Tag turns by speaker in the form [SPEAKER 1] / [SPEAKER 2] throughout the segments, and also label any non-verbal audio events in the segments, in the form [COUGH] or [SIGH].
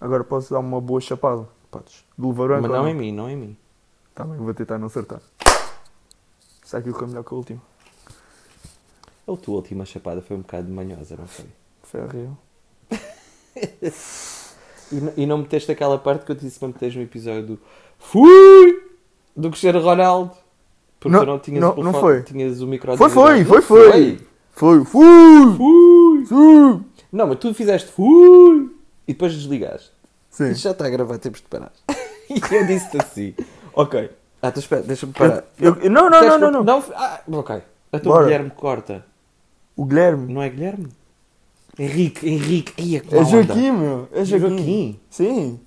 [SPEAKER 1] Agora posso dar uma boa chapada. Podes. De levar branco.
[SPEAKER 2] Mas não
[SPEAKER 1] ou
[SPEAKER 2] em mim, não em mim.
[SPEAKER 1] Tá bem, vou tentar não acertar. Será que o que é melhor que o último?
[SPEAKER 2] A tua última chapada foi um bocado manhosa, não foi?
[SPEAKER 1] Ferro.
[SPEAKER 2] E, n- e não meteste aquela parte que eu te disse para meteres no episódio do Fui! do Cristiano Ronaldo. Porque
[SPEAKER 1] Não-
[SPEAKER 2] tu não tinhas
[SPEAKER 1] não-
[SPEAKER 2] o
[SPEAKER 1] não
[SPEAKER 2] telefone-
[SPEAKER 1] foi.
[SPEAKER 2] tinhas o microfone.
[SPEAKER 1] Foi, foi, foi,
[SPEAKER 2] Foi.
[SPEAKER 1] foi. Foi, fui!
[SPEAKER 2] Fui!
[SPEAKER 1] Fui!
[SPEAKER 2] Não, mas tu fizeste Fui! E depois desligaste.
[SPEAKER 1] Sim.
[SPEAKER 2] Isto já está a gravar, temos de parar. [LAUGHS] e eu disse-te assim. Ok. Ah, então espera, deixa-me parar.
[SPEAKER 1] Eu- eu- não, não,
[SPEAKER 2] Queres
[SPEAKER 1] não, não,
[SPEAKER 2] que eu-
[SPEAKER 1] não.
[SPEAKER 2] Ah, ok. A tua
[SPEAKER 1] Bora.
[SPEAKER 2] Guilherme corta.
[SPEAKER 1] O Guilherme.
[SPEAKER 2] Não é Guilherme? Henrique, Henrique. Ia, que
[SPEAKER 1] É
[SPEAKER 2] má onda.
[SPEAKER 1] Joaquim, meu. É Joaquim.
[SPEAKER 2] Joaquim.
[SPEAKER 1] Sim.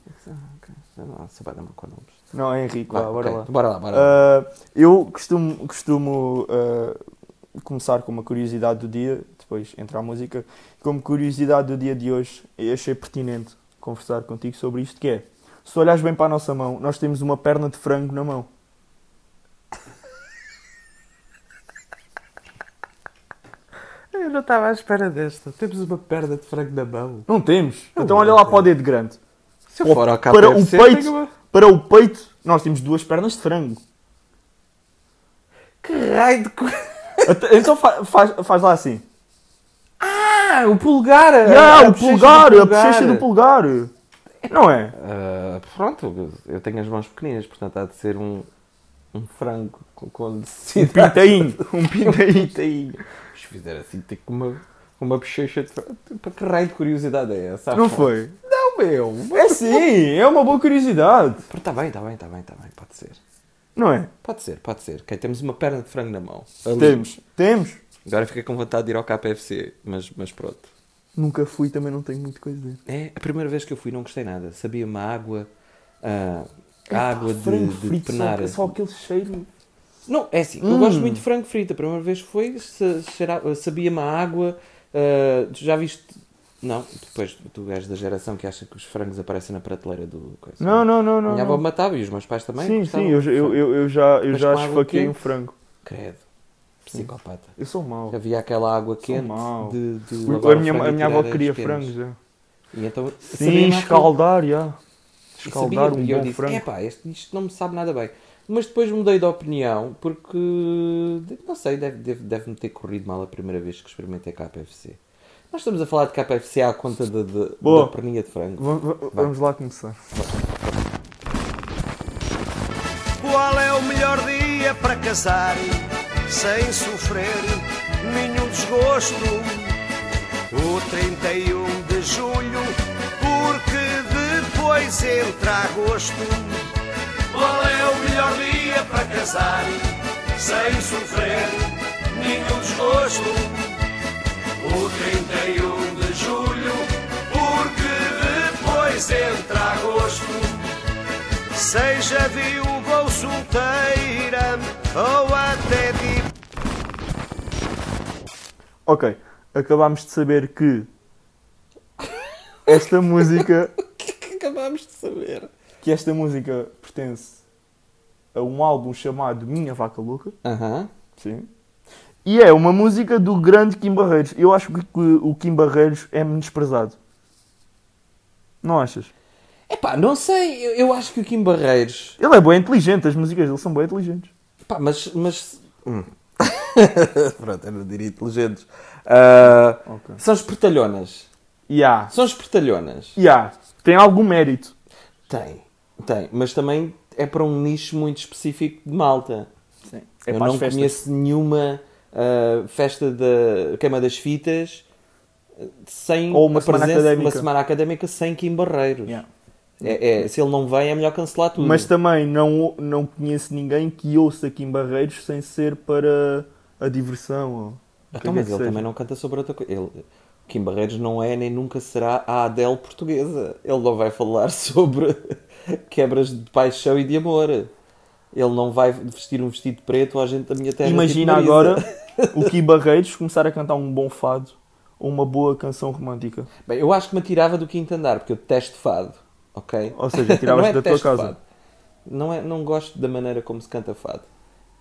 [SPEAKER 2] Não, não, se vai dar mal com nomes.
[SPEAKER 1] Não, é Henrique, vá,
[SPEAKER 2] Vá,
[SPEAKER 1] bora
[SPEAKER 2] ok.
[SPEAKER 1] lá.
[SPEAKER 2] Bora lá, bora lá.
[SPEAKER 1] Ah, eu costumo, costumo ah, começar com uma curiosidade do dia, depois entra a música. Como curiosidade do dia de hoje, eu achei pertinente conversar contigo sobre isto, que é, se olhares bem para a nossa mão, nós temos uma perna de frango na mão.
[SPEAKER 2] Eu não estava à espera desta. Temos uma perda de frango na mão.
[SPEAKER 1] Não temos.
[SPEAKER 2] Não,
[SPEAKER 1] então
[SPEAKER 2] não
[SPEAKER 1] olha lá
[SPEAKER 2] tem.
[SPEAKER 1] para o dedo grande.
[SPEAKER 2] Se eu
[SPEAKER 1] Ou
[SPEAKER 2] for ao KFC,
[SPEAKER 1] para o peito.
[SPEAKER 2] tenho uma-
[SPEAKER 1] Para o peito, nós temos duas pernas de frango.
[SPEAKER 2] Que raio de... co- [LAUGHS]
[SPEAKER 1] Até- então fa- faz, faz lá assim.
[SPEAKER 2] Ah, o pulgar! a-
[SPEAKER 1] Ah,
[SPEAKER 2] a
[SPEAKER 1] o
[SPEAKER 2] bochecha do
[SPEAKER 1] pulgar, a bochecha do pulgar. Não é? [LAUGHS]
[SPEAKER 2] Ah, pronto, eu tenho as mãos pequeninas, portanto há de ser um, um frango com, com [LAUGHS]
[SPEAKER 1] Um
[SPEAKER 2] necessidade.
[SPEAKER 1] pintainho. [LAUGHS] Um pintainho.
[SPEAKER 2] Se fizer assim, tem que uma, uma bochecha de frango. Para que raio de curiosidade é essa?
[SPEAKER 1] Não foi?
[SPEAKER 2] Não, meu!
[SPEAKER 1] É sim, é uma boa curiosidade.
[SPEAKER 2] Está bem, está bem, está bem, está bem, pode ser.
[SPEAKER 1] Não é?
[SPEAKER 2] Pode ser, pode ser. Ok, temos uma perna de frango na mão. Ali.
[SPEAKER 1] Temos. Temos.
[SPEAKER 2] Agora fica com vontade de ir ao KFC, mas, mas pronto.
[SPEAKER 1] Nunca fui, também não tenho muita coisa dentro.
[SPEAKER 2] É, a primeira vez que eu fui não gostei nada. Sabia uma água. ah, água de,
[SPEAKER 1] frango
[SPEAKER 2] de
[SPEAKER 1] frito, só- é
[SPEAKER 2] penar.
[SPEAKER 1] Só, Hum. aquele cheiro.
[SPEAKER 2] Não, é assim, eu gosto muito de frango frito. A primeira vez que foi, se- cheira- sabia-me a água. ah, tu já viste. Não, depois tu és da geração que acha que os frangos aparecem na prateleira do. Coisa,
[SPEAKER 1] Não, não, não, não.
[SPEAKER 2] Minha avó
[SPEAKER 1] não.
[SPEAKER 2] matava e os meus pais também.
[SPEAKER 1] Sim,
[SPEAKER 2] gostavam
[SPEAKER 1] sim, eu,
[SPEAKER 2] de
[SPEAKER 1] já- eu,
[SPEAKER 2] frango.
[SPEAKER 1] eu, eu já, eu
[SPEAKER 2] Mas
[SPEAKER 1] já
[SPEAKER 2] com água
[SPEAKER 1] esfaquei
[SPEAKER 2] quente?
[SPEAKER 1] um frango.
[SPEAKER 2] Credo. Psicopata.
[SPEAKER 1] Eu sou mau.
[SPEAKER 2] Havia aquela água quente
[SPEAKER 1] mau.
[SPEAKER 2] de, de
[SPEAKER 1] O-
[SPEAKER 2] lavar
[SPEAKER 1] A
[SPEAKER 2] o
[SPEAKER 1] minha,
[SPEAKER 2] frango
[SPEAKER 1] a
[SPEAKER 2] e
[SPEAKER 1] minha avó
[SPEAKER 2] tirar as
[SPEAKER 1] queria
[SPEAKER 2] penas.
[SPEAKER 1] frangos. é.
[SPEAKER 2] E então,
[SPEAKER 1] Sim,
[SPEAKER 2] sabia-me aquilo.
[SPEAKER 1] escaldar, já.
[SPEAKER 2] E
[SPEAKER 1] Escaldar
[SPEAKER 2] sabia,
[SPEAKER 1] um
[SPEAKER 2] e eu
[SPEAKER 1] bom
[SPEAKER 2] disse, É.
[SPEAKER 1] frango.
[SPEAKER 2] Epá, este, isto não me sabe nada bem. Mas depois mudei de opinião porque, de- não sei, deve- deve- deve-me ter corrido mal a primeira vez que experimentei KPFC. Nós estamos a falar de KPFC à conta de, de-
[SPEAKER 1] Boa.
[SPEAKER 2] da perninha de frango.
[SPEAKER 1] Va- va- Vamos lá começar.
[SPEAKER 3] Qual é o melhor dia para casar sem sofrer nenhum desgosto? O 31 de julho, porque depois entra agosto. Qual é o melhor dia para casar sem sofrer nenhum desgosto? O 31 de julho, porque depois entra agosto. Seja viúva ou solteira, ou até de
[SPEAKER 1] Ok, acabámos de saber
[SPEAKER 2] [LAUGHS]
[SPEAKER 1] que esta música,
[SPEAKER 2] [LAUGHS] O que é que acabámos de saber?
[SPEAKER 1] que esta música pertence a um álbum chamado Minha Vaca Louca.
[SPEAKER 2] Aham.
[SPEAKER 1] Sim. E é uma música do grande Kim Barreiros. Eu acho que o Kim Barreiros é menosprezado. Não achas?
[SPEAKER 2] Epá, não sei, eu, eu acho que o Kim Barreiros...
[SPEAKER 1] Ele é bem inteligente, as músicas dele são bem inteligentes.
[SPEAKER 2] Pá, mas... mas... hum. [LAUGHS] Pronto, eu não diria inteligentes. Ah,
[SPEAKER 1] Ok.
[SPEAKER 2] São espertalhonas.
[SPEAKER 1] E há.
[SPEAKER 2] São espertalhonas.
[SPEAKER 1] E há. Tem algum mérito.
[SPEAKER 2] Tem, tem, mas também é para um nicho muito específico de malta.
[SPEAKER 1] Sim.
[SPEAKER 2] Eu não conheço nenhuma ah, festa da queima das fitas eh, sem
[SPEAKER 1] Ou uma
[SPEAKER 2] a
[SPEAKER 1] semana
[SPEAKER 2] presença-
[SPEAKER 1] académica.
[SPEAKER 2] uma semana académica sem Kim Barreiros.
[SPEAKER 1] Yeah.
[SPEAKER 2] É, é, se ele não vem é melhor cancelar tudo.
[SPEAKER 1] Mas também não, não conheço ninguém que ouça Kim Barreiros sem ser para a diversão. Ou... o que
[SPEAKER 2] Então,
[SPEAKER 1] quer
[SPEAKER 2] mas
[SPEAKER 1] que
[SPEAKER 2] ele
[SPEAKER 1] seja.
[SPEAKER 2] também não canta sobre outra coisa. Ele, Kim Barreiros não é nem nunca será a Adele portuguesa. Ele não vai falar [LAUGHS] sobre quebras de paixão e de amor. Ele não vai vestir um vestido preto à gente da minha terra. tipo
[SPEAKER 1] Imagina
[SPEAKER 2] Marisa.
[SPEAKER 1] agora [LAUGHS] o Kim Barreiros começar a cantar um bom fado ou uma boa canção romântica.
[SPEAKER 2] Bem, eu acho que me tirava do quinto andar, porque eu detesto fado, ok?
[SPEAKER 1] Ou seja, tiravas-te
[SPEAKER 2] Não é
[SPEAKER 1] da tua
[SPEAKER 2] detesto
[SPEAKER 1] casa.
[SPEAKER 2] fado. Não, é, não gosto da maneira como se canta fado.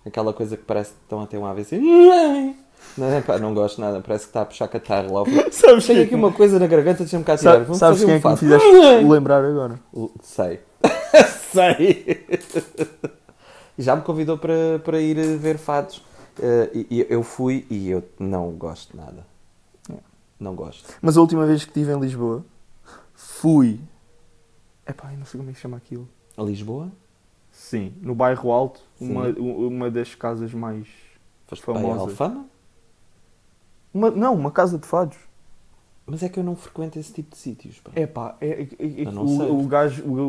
[SPEAKER 2] Aquela coisa que parece que estão até um AVC. Não, é, pá, não gosto nada, parece que está a puxar catarro logo.
[SPEAKER 1] Sabes
[SPEAKER 2] Tenho
[SPEAKER 1] quem- é
[SPEAKER 2] aqui uma coisa na garganta, deixa-me cá tirar.
[SPEAKER 1] Sa-
[SPEAKER 2] Vamos
[SPEAKER 1] Sabes
[SPEAKER 2] fazer
[SPEAKER 1] quem
[SPEAKER 2] um
[SPEAKER 1] é que me
[SPEAKER 2] fado.
[SPEAKER 1] fizeste [LAUGHS]
[SPEAKER 2] [LAUGHS]
[SPEAKER 1] lembrar agora?
[SPEAKER 2] Sei. [LAUGHS] Sei. Já me convidou para, para ir ver fados. Eh, e, e eu fui e eu não gosto de nada.
[SPEAKER 1] É.
[SPEAKER 2] Não gosto.
[SPEAKER 1] Mas a última vez que estive em Lisboa, fui. Epá, eu não sei como é que chama aquilo.
[SPEAKER 2] A Lisboa?
[SPEAKER 1] Sim, no bairro Alto,
[SPEAKER 2] Sim.
[SPEAKER 1] uma, u- uma das casas mais.
[SPEAKER 2] Foste para a
[SPEAKER 1] Famosa.
[SPEAKER 2] Alfama?
[SPEAKER 1] Uma- não, uma casa de fados.
[SPEAKER 2] Mas é que eu não frequento esse tipo de sítios. pá.
[SPEAKER 1] Epá, é, é, é-
[SPEAKER 2] Eu não sei.
[SPEAKER 1] o, o gajo, o,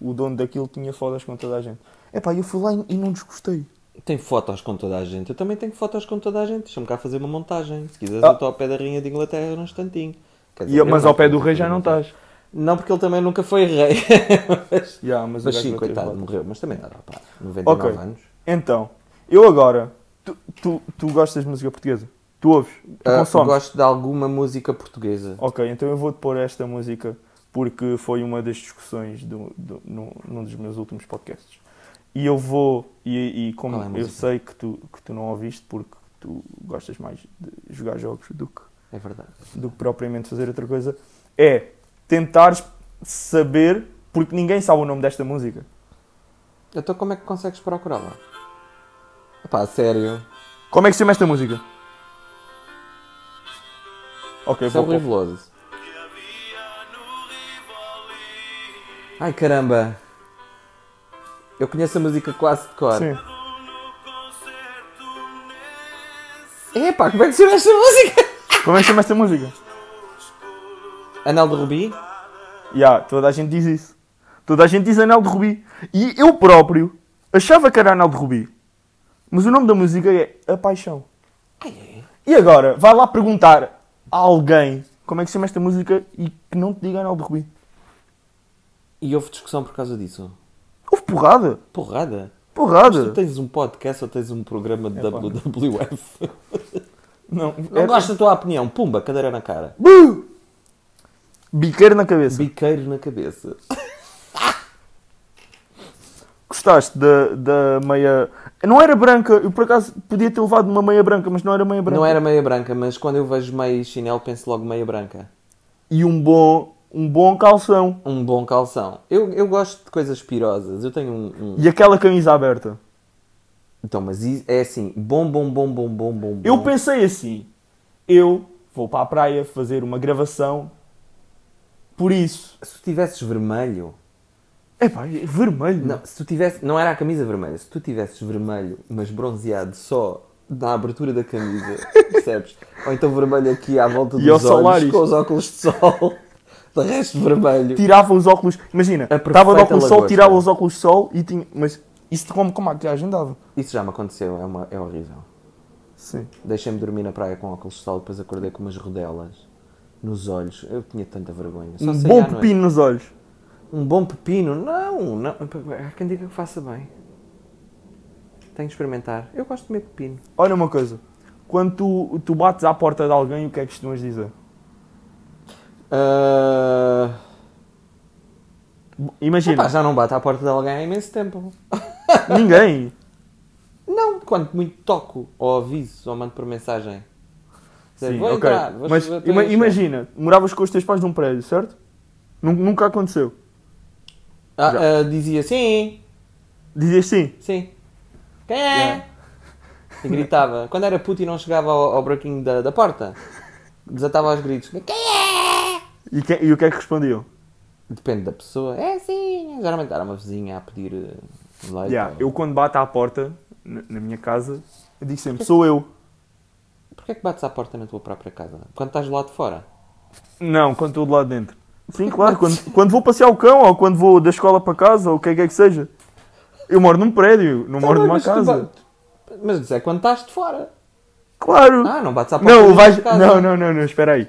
[SPEAKER 1] o, o dono daquilo tinha fodas com toda a gente. Epá, eu fui lá e, e não desgostei.
[SPEAKER 2] Tem fotos com toda a gente. Eu também tenho fotos com toda a gente. Deixa-me cá fazer uma montagem. Se quiseres,
[SPEAKER 1] Ah.
[SPEAKER 2] eu estou ao pé da Rainha de Inglaterra num instantinho. Quer
[SPEAKER 1] E,
[SPEAKER 2] dizer, eu
[SPEAKER 1] mas
[SPEAKER 2] não
[SPEAKER 1] ao pé do
[SPEAKER 2] estou a
[SPEAKER 1] rei já
[SPEAKER 2] fazer
[SPEAKER 1] não
[SPEAKER 2] montagem.
[SPEAKER 1] estás.
[SPEAKER 2] Não, porque ele também nunca foi rei. [LAUGHS] mas,
[SPEAKER 1] Yeah, mas o
[SPEAKER 2] mas
[SPEAKER 1] gajo
[SPEAKER 2] sim,
[SPEAKER 1] bateu
[SPEAKER 2] coitado,
[SPEAKER 1] foda.
[SPEAKER 2] morreu. Mas também dá, pá. 99
[SPEAKER 1] Ok.
[SPEAKER 2] anos.
[SPEAKER 1] Então, eu agora. Tu, tu, tu gostas de música portuguesa? Tu ouves? Tu
[SPEAKER 2] Ah,
[SPEAKER 1] consomes?
[SPEAKER 2] gosto de alguma música portuguesa.
[SPEAKER 1] Ok, então eu vou-te pôr esta música porque foi uma das discussões do, do- no- num dos meus últimos podcasts. E eu vou, e, e como
[SPEAKER 2] Qual é a
[SPEAKER 1] eu
[SPEAKER 2] música?
[SPEAKER 1] sei que tu, que tu não ouviste porque tu gostas mais de jogar jogos do que,
[SPEAKER 2] É verdade.
[SPEAKER 1] do que propriamente fazer outra coisa, é tentares saber, porque ninguém sabe o nome desta música.
[SPEAKER 2] Então como é que consegues procurá-la? Pá, sério.
[SPEAKER 1] Como é que se chama esta música? Ok,
[SPEAKER 2] Isso é o
[SPEAKER 1] vou
[SPEAKER 2] Rui
[SPEAKER 1] pôr.
[SPEAKER 2] Veloso. Ai caramba. Eu conheço a música quase de cor.
[SPEAKER 1] Sim.
[SPEAKER 2] Epá, como é que se chama esta música?
[SPEAKER 1] Como é que se chama esta música?
[SPEAKER 2] Anel de Rubi?
[SPEAKER 1] Ya, toda a gente diz isso. Toda a gente diz Anel de Rubi. E eu próprio achava que era Anel de Rubi. Mas o nome da música é A Paixão. E agora, vai lá perguntar a alguém como é que se chama esta música e que não te diga Anel de Rubi.
[SPEAKER 2] E houve discussão por causa disso.
[SPEAKER 1] Houve porrada.
[SPEAKER 2] Porrada. Tu
[SPEAKER 1] Porrada.
[SPEAKER 2] tens um podcast ou tens um programa de
[SPEAKER 1] Epá.
[SPEAKER 2] WWF?
[SPEAKER 1] Não,
[SPEAKER 2] Não
[SPEAKER 1] é-
[SPEAKER 2] gosto da tua opinião. Pumba, cadeira na cara.
[SPEAKER 1] Bu! Biqueiro na cabeça.
[SPEAKER 2] Biqueiro na cabeça.
[SPEAKER 1] Gostaste da, da meia... Não era branca. Eu, por acaso, podia ter levado uma meia branca, mas não era meia branca.
[SPEAKER 2] Não era meia branca, mas quando eu vejo meia e chinelo penso logo meia branca.
[SPEAKER 1] E um bom, um bom calção.
[SPEAKER 2] Um bom calção. Eu, eu gosto de coisas pirosas. Eu tenho um. um-
[SPEAKER 1] E aquela camisa aberta.
[SPEAKER 2] Então, mas i- é assim: bom, bom, bom, bom, bom, bom. bom.
[SPEAKER 1] Eu pensei assim: eu vou para a praia fazer uma gravação. Por isso.
[SPEAKER 2] Se tu tivesses vermelho.
[SPEAKER 1] Epá, É vermelho.
[SPEAKER 2] Não, se tu tivesse. Não era a camisa vermelha. Se tu tivesses vermelho, mas bronzeado só na abertura
[SPEAKER 1] [LAUGHS]
[SPEAKER 2] da camisa, percebes? Ou então vermelho aqui à volta
[SPEAKER 1] E
[SPEAKER 2] dos
[SPEAKER 1] ao Solaris.
[SPEAKER 2] olhos com os óculos de
[SPEAKER 1] [LAUGHS]
[SPEAKER 2] sol. De resto, vermelho.
[SPEAKER 1] Tirava os óculos. Imagina,
[SPEAKER 2] A
[SPEAKER 1] estava de
[SPEAKER 2] perfeita
[SPEAKER 1] óculos de sol,
[SPEAKER 2] lagosta.
[SPEAKER 1] tirava os óculos de sol e tinha. Mas isso como é com maquilhagem dava.
[SPEAKER 2] Isso já me aconteceu, é, uma, é horrível.
[SPEAKER 1] Sim.
[SPEAKER 2] Deixei-me dormir na praia com óculos de sol, depois acordei com umas rodelas nos olhos. Eu tinha tanta vergonha. Só
[SPEAKER 1] Um
[SPEAKER 2] saía à
[SPEAKER 1] bom
[SPEAKER 2] noite.
[SPEAKER 1] pepino nos olhos.
[SPEAKER 2] Um bom pepino? Não, não. Há quem diga que faça bem. Tenho de experimentar. Eu gosto de comer pepino.
[SPEAKER 1] Olha uma coisa. Quando tu, tu bates à porta de alguém, o que é que costumas dizer?
[SPEAKER 2] Ah,
[SPEAKER 1] Imagina,
[SPEAKER 2] pá, [LAUGHS] já não bato à porta de alguém há imenso tempo.
[SPEAKER 1] ninguém.
[SPEAKER 2] Não, quando muito toco, ou aviso, ou mando por mensagem. Dizer,
[SPEAKER 1] Sim,
[SPEAKER 2] vou
[SPEAKER 1] ok.
[SPEAKER 2] entrar, vou
[SPEAKER 1] Mas
[SPEAKER 2] vou-
[SPEAKER 1] ima-
[SPEAKER 2] vou-
[SPEAKER 1] imagina, moravas com os teus pais num prédio, certo? Nun- Nunca aconteceu.
[SPEAKER 2] Ah, ah, dizia sim,
[SPEAKER 1] Dizias assim, sim.
[SPEAKER 2] Sim. Quem é? E gritava. [LAUGHS] Quando era puto e não chegava ao, ao buraquinho da, da porta, desatava aos gritos. Quem é?
[SPEAKER 1] E, que- e o que é que respondiam?
[SPEAKER 2] Depende da pessoa. É sim. Geralmente era uma vizinha a pedir eh, leite.
[SPEAKER 1] Yeah,
[SPEAKER 2] ou-
[SPEAKER 1] Eu quando bato à porta, na, na minha casa, eu digo sempre, sou eu.
[SPEAKER 2] Porquê é que bates à porta na tua própria casa? Quando estás lá de fora?
[SPEAKER 1] Não, quando estou do lado de dentro. Sim, claro,
[SPEAKER 2] [LAUGHS]
[SPEAKER 1] quando, quando vou passear o cão, ou quando vou da escola para casa, ou o que é que é que seja. Eu moro num prédio, não moro
[SPEAKER 2] Tá bem,
[SPEAKER 1] numa
[SPEAKER 2] mas tu
[SPEAKER 1] casa.
[SPEAKER 2] ba- Mas isso é quando estás de fora.
[SPEAKER 1] Claro.
[SPEAKER 2] Ah, não bates à porta
[SPEAKER 1] Não,
[SPEAKER 2] da
[SPEAKER 1] vais...
[SPEAKER 2] tua casa.
[SPEAKER 1] não, não, não, não, espera aí.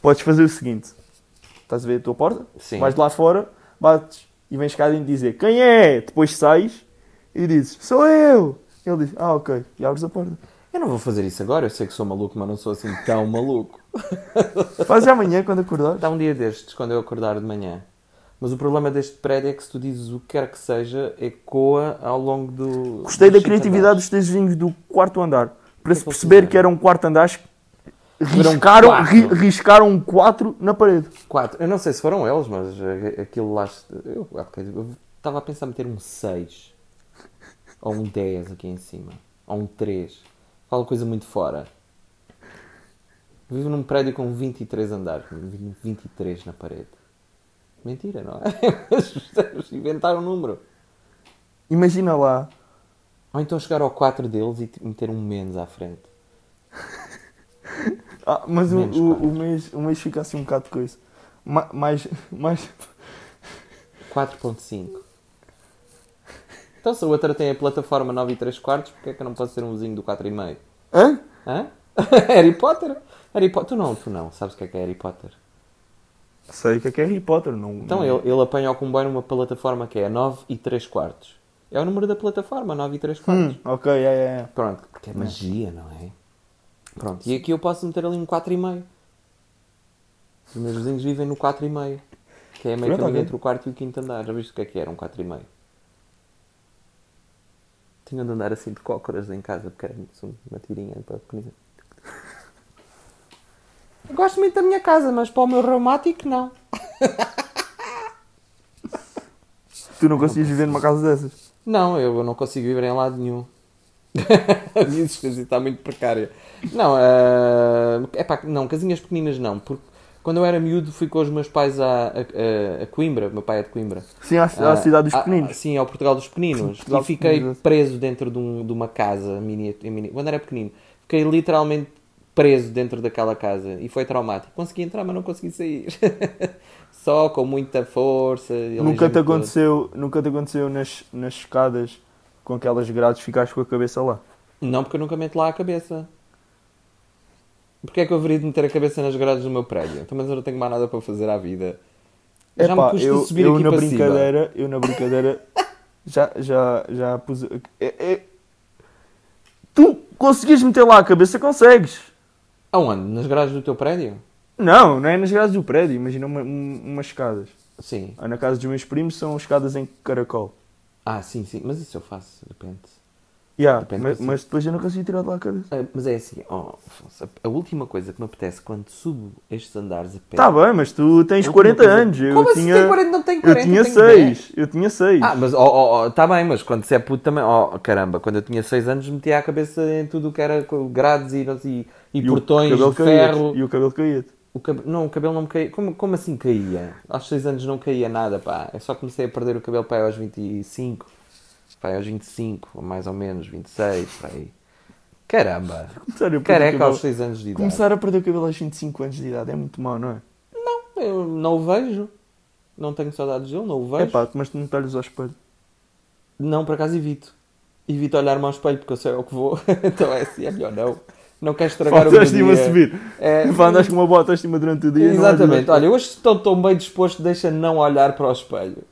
[SPEAKER 1] Podes fazer o seguinte. Estás a ver a tua porta?
[SPEAKER 2] Sim.
[SPEAKER 1] Vais lá fora, bates e vens cá dentro dizer quem é? Depois sais e dizes, sou eu. Ele diz, ah, ok. E abres a porta.
[SPEAKER 2] Eu não vou fazer isso agora. Eu sei que sou maluco, mas não sou assim tão maluco.
[SPEAKER 1] Faz amanhã quando acordares.
[SPEAKER 2] Dá um dia destes, quando eu acordar de manhã. Mas o problema deste prédio é que se tu dizes o que quer que seja, ecoa ao longo do.
[SPEAKER 1] Gostei da
[SPEAKER 2] dos cinco
[SPEAKER 1] criatividade dos teus vizinhos do quarto andar.
[SPEAKER 2] é
[SPEAKER 1] para se perceber que era um quarto andar, acho que
[SPEAKER 2] Era um
[SPEAKER 1] riscaram,
[SPEAKER 2] quarto.
[SPEAKER 1] ri- riscaram um 4 na parede.
[SPEAKER 2] Quatro. Eu não sei se foram eles, mas eh, aquilo lá. est- Eu há bocado- eu estava a pensar em meter um 6 ou um 10 aqui em cima, ou um 3. Fala coisa muito fora. Vivo num prédio com 23 andares, vi 23 na parede. Mentira, não é? [LAUGHS] Mas percebes? inventaram um número.
[SPEAKER 1] Imagina lá.
[SPEAKER 2] Ou então chegar ao 4 deles e t- meter um menos à frente.
[SPEAKER 1] Ah, mas o,
[SPEAKER 2] Menos
[SPEAKER 1] o,
[SPEAKER 2] quatro.
[SPEAKER 1] o, mês, o mês fica assim um bocado de coisa. Ma- Mais, mais,
[SPEAKER 2] 4.5. Então se a outra tem a plataforma 9 e 3 quartos, porque é que eu não posso ser um vizinho do 4,5?
[SPEAKER 1] Hã?
[SPEAKER 2] Hã? [LAUGHS] Harry Potter? Harry Potter? Tu não, tu não. Sabes o que é que é Harry Potter?
[SPEAKER 1] Sei o que é que é Harry Potter, não.
[SPEAKER 2] Então
[SPEAKER 1] não-
[SPEAKER 2] ele, ele apanha o comboio numa plataforma que é 9 e 3 quartos. É o número da plataforma, 9 e 3 quartos.
[SPEAKER 1] Hum, ok, é, é, é.
[SPEAKER 2] Pronto, porque é magia, não é? Pronto, e aqui eu posso meter ali um 4,5. Os meus vizinhos vivem no 4,5. Que é meio
[SPEAKER 1] Pronto,
[SPEAKER 2] caminho
[SPEAKER 1] ok.
[SPEAKER 2] entre o quarto e o quinto andar. Já viste o que é que era um 4,5? Tinha de andar assim de cócoras em casa, porque era uma tirinha para pequenina. Eu gosto muito da minha casa, mas para o meu reumático, não.
[SPEAKER 1] Tu não conseguias viver numa casa dessas.
[SPEAKER 2] Não, eu não consigo viver em lado nenhum. [LAUGHS] A minha existência está muito precária. Não, é pá, não, casinhas pequeninas não, porque quando eu era miúdo fui com os meus pais a, a- a- a Coimbra, meu pai é de Coimbra.
[SPEAKER 1] Sim, à, à
[SPEAKER 2] Ah,
[SPEAKER 1] cidade dos
[SPEAKER 2] ah, ah,
[SPEAKER 1] pequeninos.
[SPEAKER 2] Sim, ao Portugal dos Pequeninos.
[SPEAKER 1] Portugal
[SPEAKER 2] e
[SPEAKER 1] dos
[SPEAKER 2] fiquei
[SPEAKER 1] Pequeninos.
[SPEAKER 2] preso dentro de, um- de uma casa, mini, em mini- quando era pequenino. Fiquei literalmente preso dentro daquela casa e foi traumático. Consegui entrar, mas não consegui sair. [LAUGHS] Só com muita força.
[SPEAKER 1] nunca,
[SPEAKER 2] elegei-me
[SPEAKER 1] te
[SPEAKER 2] todo.
[SPEAKER 1] aconteceu, nunca te aconteceu nas, nas escadas com aquelas grades ficaste com a cabeça lá.
[SPEAKER 2] Não, porque eu nunca meto lá a cabeça. Porquê é que eu haveria de meter a cabeça nas grades do meu prédio? Então, mas eu não tenho mais nada para fazer à vida. Já
[SPEAKER 1] Epá,
[SPEAKER 2] me custa
[SPEAKER 1] eu,
[SPEAKER 2] subir
[SPEAKER 1] eu
[SPEAKER 2] aqui
[SPEAKER 1] na
[SPEAKER 2] para cima.
[SPEAKER 1] brincadeira, eu na
[SPEAKER 2] [LAUGHS]
[SPEAKER 1] brincadeira já, já, já pus. é- é- Tu conseguis meter lá a cabeça, consegues.
[SPEAKER 2] Aonde? Nas grades do teu prédio?
[SPEAKER 1] Não, não é nas grades do prédio, imagina uma- um- umas escadas.
[SPEAKER 2] Sim.
[SPEAKER 1] Ah, Na casa dos meus primos são escadas em caracol.
[SPEAKER 2] Ah, sim, sim. Mas isso eu faço, de repente.
[SPEAKER 1] Yeah,
[SPEAKER 2] Depende
[SPEAKER 1] mas,
[SPEAKER 2] do-
[SPEAKER 1] mas depois eu não consegui tirar de lá a cabeça.
[SPEAKER 2] Ah, Mas é assim, ó, Afonso, a- a última coisa que me apetece quando subo estes andares a pé...
[SPEAKER 1] Tá bem, mas tu tens
[SPEAKER 2] Última
[SPEAKER 1] 40
[SPEAKER 2] coisa.
[SPEAKER 1] anos. Eu
[SPEAKER 2] Como assim
[SPEAKER 1] tinha,
[SPEAKER 2] tem 40? Não tenho 40,
[SPEAKER 1] Eu tinha
[SPEAKER 2] eu tenho
[SPEAKER 1] 6. Eu tinha 6.
[SPEAKER 2] Ah, mas ó, ó, ó, tá bem, mas quando se é puto também, ó, caramba, quando eu tinha 6 anos metia a cabeça em tudo o que era co- grades e, e, e,
[SPEAKER 1] E o
[SPEAKER 2] portões
[SPEAKER 1] cabelo
[SPEAKER 2] de ferro.
[SPEAKER 1] caía-te, E o cabelo caía
[SPEAKER 2] O cab- Não, o cabelo não me caía. Como, como assim caía? Aos 6 anos não caía nada, pá. Eu só comecei a perder o cabelo, pá, aos 25. Pá, aos 25, ou mais ou menos, 26, pá aí. Caramba!
[SPEAKER 1] Começar a perder o
[SPEAKER 2] Careca
[SPEAKER 1] cabelo.
[SPEAKER 2] aos 6 anos de idade.
[SPEAKER 1] Começar a perder o cabelo aos 25 anos de idade é muito mau, não é?
[SPEAKER 2] Não, eu não o vejo. Não tenho saudades dele, não o
[SPEAKER 1] É
[SPEAKER 2] vejo.
[SPEAKER 1] pá, mas tu não estás ao espelho.
[SPEAKER 2] Não, por acaso evito. Evito olhar-me ao espelho porque eu sei o que vou. [LAUGHS] então é assim, é melhor não. Não quero estragar o meu
[SPEAKER 1] Faltaste
[SPEAKER 2] dia.
[SPEAKER 1] a subir.
[SPEAKER 2] É,
[SPEAKER 1] Vá, Andas com uma bota acima durante o dia. não é
[SPEAKER 2] Exatamente.
[SPEAKER 1] durante-
[SPEAKER 2] Olha, hoje estou tão bem disposto, deixa não olhar para o espelho.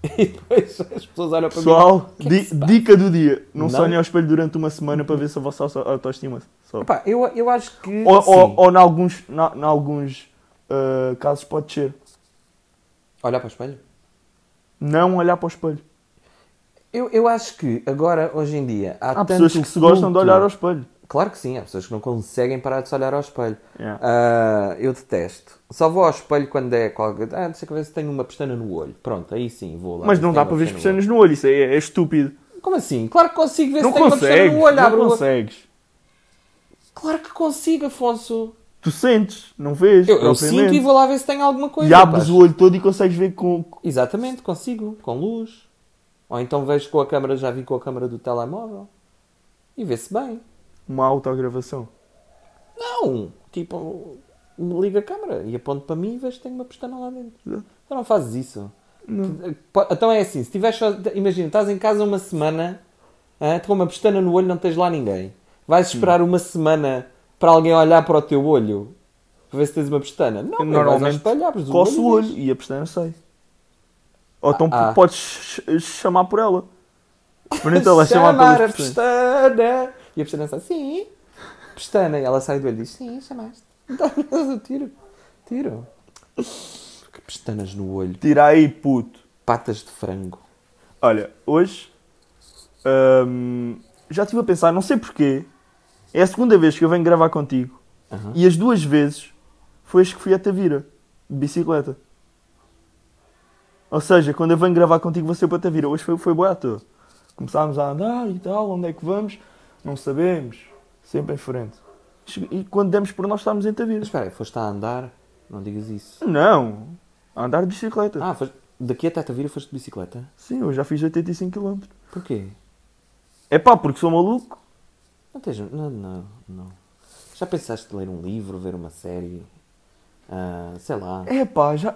[SPEAKER 2] [LAUGHS] E depois as pessoas olham para mim.
[SPEAKER 1] Pessoal,
[SPEAKER 2] que é que
[SPEAKER 1] di-
[SPEAKER 2] se passa?
[SPEAKER 1] dica do dia. Não,
[SPEAKER 2] Não?
[SPEAKER 1] sonhem ao espelho durante uma semana para ver se a vossa auto- autoestima sobe.
[SPEAKER 2] Pá, eu, eu acho que.
[SPEAKER 1] Ou,
[SPEAKER 2] sim.
[SPEAKER 1] ou, ou em alguns, na, na alguns ah, casos pode descer.
[SPEAKER 2] Olhar para o espelho?
[SPEAKER 1] Não olhar para o espelho.
[SPEAKER 2] Eu, eu acho que agora, hoje em dia, há,
[SPEAKER 1] Há pessoas que se gostam de olhar ao espelho.
[SPEAKER 2] Claro que sim, há pessoas que não conseguem parar de se olhar ao espelho.
[SPEAKER 1] Yeah.
[SPEAKER 2] Ah, eu detesto. Só vou ao espelho quando é qualquer. Ah, deixa eu ver se tenho uma pestana no olho. Pronto, aí sim vou lá.
[SPEAKER 1] Mas
[SPEAKER 2] ver
[SPEAKER 1] não
[SPEAKER 2] se
[SPEAKER 1] dá
[SPEAKER 2] tenho
[SPEAKER 1] para
[SPEAKER 2] uma
[SPEAKER 1] ver as
[SPEAKER 2] pestana no
[SPEAKER 1] pestanas no olho, isso é, é estúpido.
[SPEAKER 2] olho. Como assim? Claro que consigo ver
[SPEAKER 1] Não
[SPEAKER 2] se tenho uma pestana
[SPEAKER 1] consegues,
[SPEAKER 2] no olho. Abro
[SPEAKER 1] não
[SPEAKER 2] o-
[SPEAKER 1] consegues.
[SPEAKER 2] Claro que consigo, Afonso.
[SPEAKER 1] Tu sentes, não vês?
[SPEAKER 2] Eu, eu sinto
[SPEAKER 1] propriamente.
[SPEAKER 2] e vou lá ver se tem alguma coisa.
[SPEAKER 1] E abres
[SPEAKER 2] rapaz.
[SPEAKER 1] o olho todo e consegues ver com.
[SPEAKER 2] Exatamente, consigo, com luz. Ou então vejo com a câmara, já vi com a câmara do telemóvel. E vê-se bem.
[SPEAKER 1] Uma autogravação.
[SPEAKER 2] Não! Tipo, me liga a câmara e aponto para mim e vejo que tenho uma pestana lá dentro.
[SPEAKER 1] Não.
[SPEAKER 2] Então não fazes isso. Que- po- Então é assim, se tiveres só- Imagina, estás em casa uma semana, ah, com uma pestana no olho, não tens lá ninguém. Vais esperar uma semana para alguém olhar para o teu olho para ver se tens uma pestana. Não, mas vais ao
[SPEAKER 1] Normalmente
[SPEAKER 2] espelho, abres o
[SPEAKER 1] coço o
[SPEAKER 2] olho e
[SPEAKER 1] olho
[SPEAKER 2] vês.
[SPEAKER 1] e a pestana sai. Ou então
[SPEAKER 2] Ah, ah.
[SPEAKER 1] podes ch- ch- chamar por
[SPEAKER 2] [LAUGHS]
[SPEAKER 1] ela. Mas ela chamar
[SPEAKER 2] chamar a
[SPEAKER 1] pelas pestanas.
[SPEAKER 2] pestana. E a pestana sai, sim, pestana. E ela sai do olho e diz, sim, chamaste. [LAUGHS] Então eu tiro, tiro. Que pestanas no olho, Tipo,
[SPEAKER 1] Tira aí, puto.
[SPEAKER 2] patas de frango.
[SPEAKER 1] Olha, hoje hum, já estive a pensar, não sei porquê, É a segunda vez que eu venho gravar contigo.
[SPEAKER 2] Aham.
[SPEAKER 1] E as duas vezes foi as que fui até Vira, de bicicleta. Ou seja, quando eu venho gravar contigo, você para até Vira. Hoje foi, foi boa à toa. Começámos a andar e tal, onde é que vamos? Não sabemos. Sempre em frente. Che- E quando demos por nós, estávamos em
[SPEAKER 2] Mas
[SPEAKER 1] Tavira.
[SPEAKER 2] espera aí, foste a andar? Não digas isso.
[SPEAKER 1] Não! A andar de bicicleta.
[SPEAKER 2] Ah, foste... daqui até Tavira foste de bicicleta?
[SPEAKER 1] Sim, eu já fiz 85 km.
[SPEAKER 2] Porquê?
[SPEAKER 1] É pá, porque sou maluco.
[SPEAKER 2] Não tens... Não, não, não. Já pensaste ler um livro, ver uma série? Ah, sei lá.
[SPEAKER 1] É pá, já.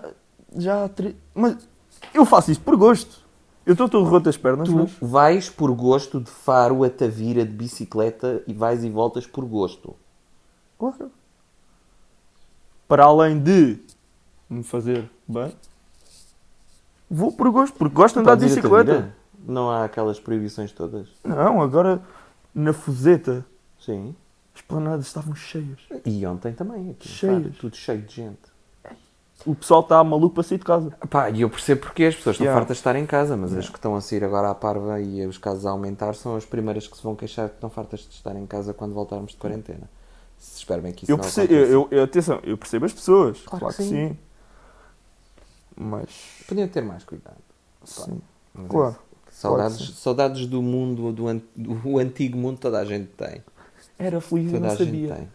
[SPEAKER 1] já tre- Mas eu faço isso por gosto. Eu estou todo roto as pernas,
[SPEAKER 2] Tu
[SPEAKER 1] mas.
[SPEAKER 2] vais por gosto de Faro a Tavira de bicicleta e vais e voltas por gosto.
[SPEAKER 1] Claro. Para além de me fazer bem, vou por gosto, porque gosto de andar de
[SPEAKER 2] Podes ir a
[SPEAKER 1] bicicleta.
[SPEAKER 2] Tavira? Não há aquelas proibições todas?
[SPEAKER 1] Não, agora na Fuzeta,
[SPEAKER 2] Sim.
[SPEAKER 1] as planadas estavam cheias.
[SPEAKER 2] E ontem também. Aqui, em
[SPEAKER 1] Cheias.
[SPEAKER 2] Faro, tudo cheio de gente.
[SPEAKER 1] O pessoal está maluco para sair de casa.
[SPEAKER 2] Pá, e eu percebo porque as pessoas estão
[SPEAKER 1] Yeah.
[SPEAKER 2] fartas de estar em casa, mas as que estão a sair agora à parva e os casos a aumentar são as primeiras que se vão queixar que estão fartas de estar em casa quando voltarmos de quarentena. Se espero bem que isso
[SPEAKER 1] Eu
[SPEAKER 2] não
[SPEAKER 1] percebo,
[SPEAKER 2] aconteça.
[SPEAKER 1] eu, eu- atenção, eu percebo as pessoas. Claro,
[SPEAKER 2] Claro
[SPEAKER 1] que
[SPEAKER 2] que
[SPEAKER 1] sim.
[SPEAKER 2] sim.
[SPEAKER 1] Mas.
[SPEAKER 2] Podiam ter mais cuidado.
[SPEAKER 1] Sim.
[SPEAKER 2] Mas é
[SPEAKER 1] Claro.
[SPEAKER 2] isso. Saudades,
[SPEAKER 1] Claro que
[SPEAKER 2] saudades do mundo, do, an- do antigo mundo, toda a gente tem.
[SPEAKER 1] Era feliz e
[SPEAKER 2] Toda
[SPEAKER 1] não
[SPEAKER 2] a gente
[SPEAKER 1] sabia.
[SPEAKER 2] tem.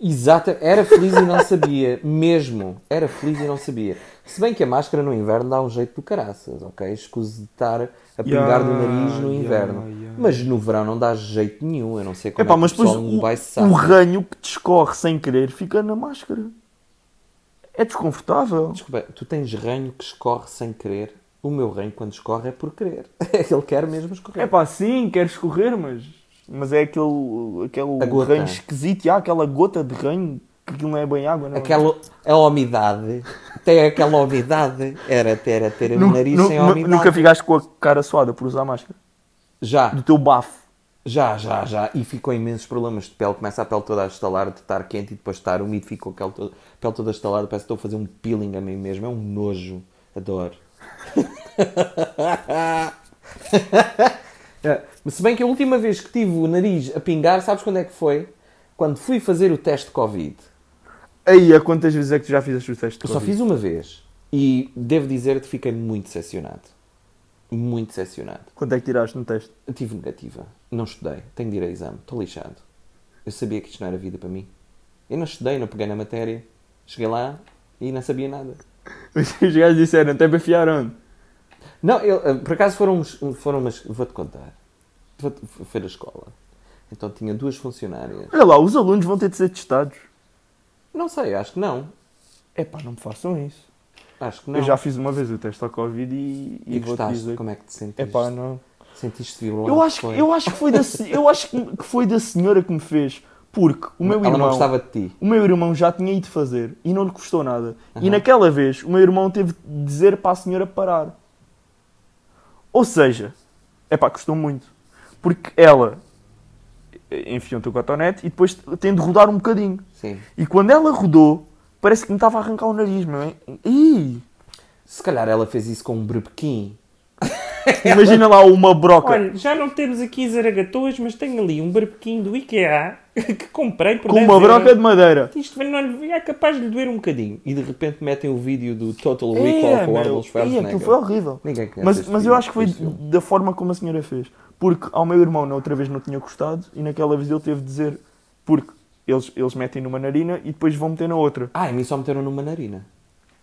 [SPEAKER 2] Exato, era feliz e não sabia, mesmo. Era feliz e não sabia. Se bem que a máscara no inverno dá um jeito do caraças, ok? Escuso de estar a pingar do nariz no
[SPEAKER 1] yeah,
[SPEAKER 2] inverno.
[SPEAKER 1] yeah.
[SPEAKER 2] Mas no verão não dá jeito nenhum, eu não sei como
[SPEAKER 1] Epá,
[SPEAKER 2] é que
[SPEAKER 1] mas
[SPEAKER 2] o
[SPEAKER 1] depois
[SPEAKER 2] pessoal
[SPEAKER 1] o,
[SPEAKER 2] não vai
[SPEAKER 1] o
[SPEAKER 2] sacar.
[SPEAKER 1] ranho que descorre sem querer fica na máscara. É desconfortável.
[SPEAKER 2] Desculpa, tu tens ranho que escorre sem querer. O meu ranho quando escorre é por querer. [LAUGHS] Ele quer mesmo escorrer.
[SPEAKER 1] É pá, sim, quer escorrer, mas. Mas é aquele,
[SPEAKER 2] A
[SPEAKER 1] aquele
[SPEAKER 2] gota.
[SPEAKER 1] ranho esquisito. E há aquela gota de ranho que aquilo não é bem água, não é?
[SPEAKER 2] Aquela, a umidade, tem aquela umidade, era ter, era ter o
[SPEAKER 1] Nu-
[SPEAKER 2] nariz
[SPEAKER 1] nu-
[SPEAKER 2] sem
[SPEAKER 1] nu-
[SPEAKER 2] umidade.
[SPEAKER 1] Nunca ficaste com a cara suada por usar máscara.
[SPEAKER 2] Já,
[SPEAKER 1] Do teu bafo.
[SPEAKER 2] Já, já, já. E ficou imensos problemas de pele. Começa a pele toda a estalar de estar quente e depois de estar úmido. Ficou a pele toda, a pele toda estalada. Parece que estou a fazer um peeling a mim mesmo. É um nojo. Adoro. [LAUGHS] É, mas Se bem que a última vez que tive o nariz a pingar, sabes quando é que foi? Quando fui fazer o teste de Covid.
[SPEAKER 1] Aí, a quantas vezes é que tu já fizeste o teste? de
[SPEAKER 2] Eu só
[SPEAKER 1] Covid?
[SPEAKER 2] fiz uma vez. E devo dizer que fiquei muito decepcionado. Muito decepcionado.
[SPEAKER 1] Quanto é que tiraste no teste? [LAUGHS]
[SPEAKER 2] Eu tive negativa. Não estudei. Tenho de ir a exame. Estou lixado. Eu sabia que isto não era vida para mim. Eu não estudei, não peguei na matéria. Cheguei lá e não sabia nada.
[SPEAKER 1] Os gajos disseram, até para fiar onde?
[SPEAKER 2] Não, eu, eh, por acaso foram, uns- foram umas. Vou-te contar. Vou foi da escola. Então tinha duas funcionárias.
[SPEAKER 1] Olha lá, os alunos vão ter de ser testados.
[SPEAKER 2] Não sei, acho que não.
[SPEAKER 1] É pá, não me façam isso.
[SPEAKER 2] Acho que não.
[SPEAKER 1] Eu já fiz uma vez o teste ao Covid e,
[SPEAKER 2] E
[SPEAKER 1] e vou-te
[SPEAKER 2] gostaste?
[SPEAKER 1] dizer.
[SPEAKER 2] Como é que te sentiste?
[SPEAKER 1] É pá, não.
[SPEAKER 2] Sentiste violado?
[SPEAKER 1] Eu acho, eu acho que foi da, se- eu acho que que foi da senhora que me fez, porque o meu
[SPEAKER 2] Ela não
[SPEAKER 1] irmão,
[SPEAKER 2] gostava de ti.
[SPEAKER 1] o meu irmão já tinha ido fazer e não lhe custou nada. E
[SPEAKER 2] Aham.
[SPEAKER 1] naquela vez o meu irmão teve de dizer para a senhora parar. Ou seja, é pá, custou muito. Porque ela eh, enfiou-te o cotonete e depois tem de rodar um bocadinho.
[SPEAKER 2] Sim.
[SPEAKER 1] E quando ela rodou, parece que me estava a arrancar o nariz, meu. hein? Ih!
[SPEAKER 2] Se calhar ela fez isso com um berbequim.
[SPEAKER 1] Imagina lá uma broca.
[SPEAKER 4] Olha, já não temos aqui zaragatoas, mas tenho ali um barbequinho do IKEA [LAUGHS] que comprei por
[SPEAKER 1] com uma
[SPEAKER 4] 10 euros.
[SPEAKER 1] broca de madeira.
[SPEAKER 4] Isto não lhe é capaz de lhe doer um bocadinho.
[SPEAKER 2] E de repente metem o vídeo do Total Recall com o
[SPEAKER 1] É, meu.
[SPEAKER 2] Arnold
[SPEAKER 1] Ih,
[SPEAKER 2] Schwarzenegger.
[SPEAKER 1] aquilo foi horrível.
[SPEAKER 2] né, Ninguém conhece tipo
[SPEAKER 1] Mas,
[SPEAKER 2] este
[SPEAKER 1] mas eu
[SPEAKER 2] filme,
[SPEAKER 1] acho que foi
[SPEAKER 2] este filme.
[SPEAKER 1] da forma como a senhora fez. Porque ao meu irmão na outra vez não tinha gostado e naquela vez ele teve de dizer porque eles, eles metem numa narina e depois vão meter na outra.
[SPEAKER 2] Ah, a mim só meteram numa narina.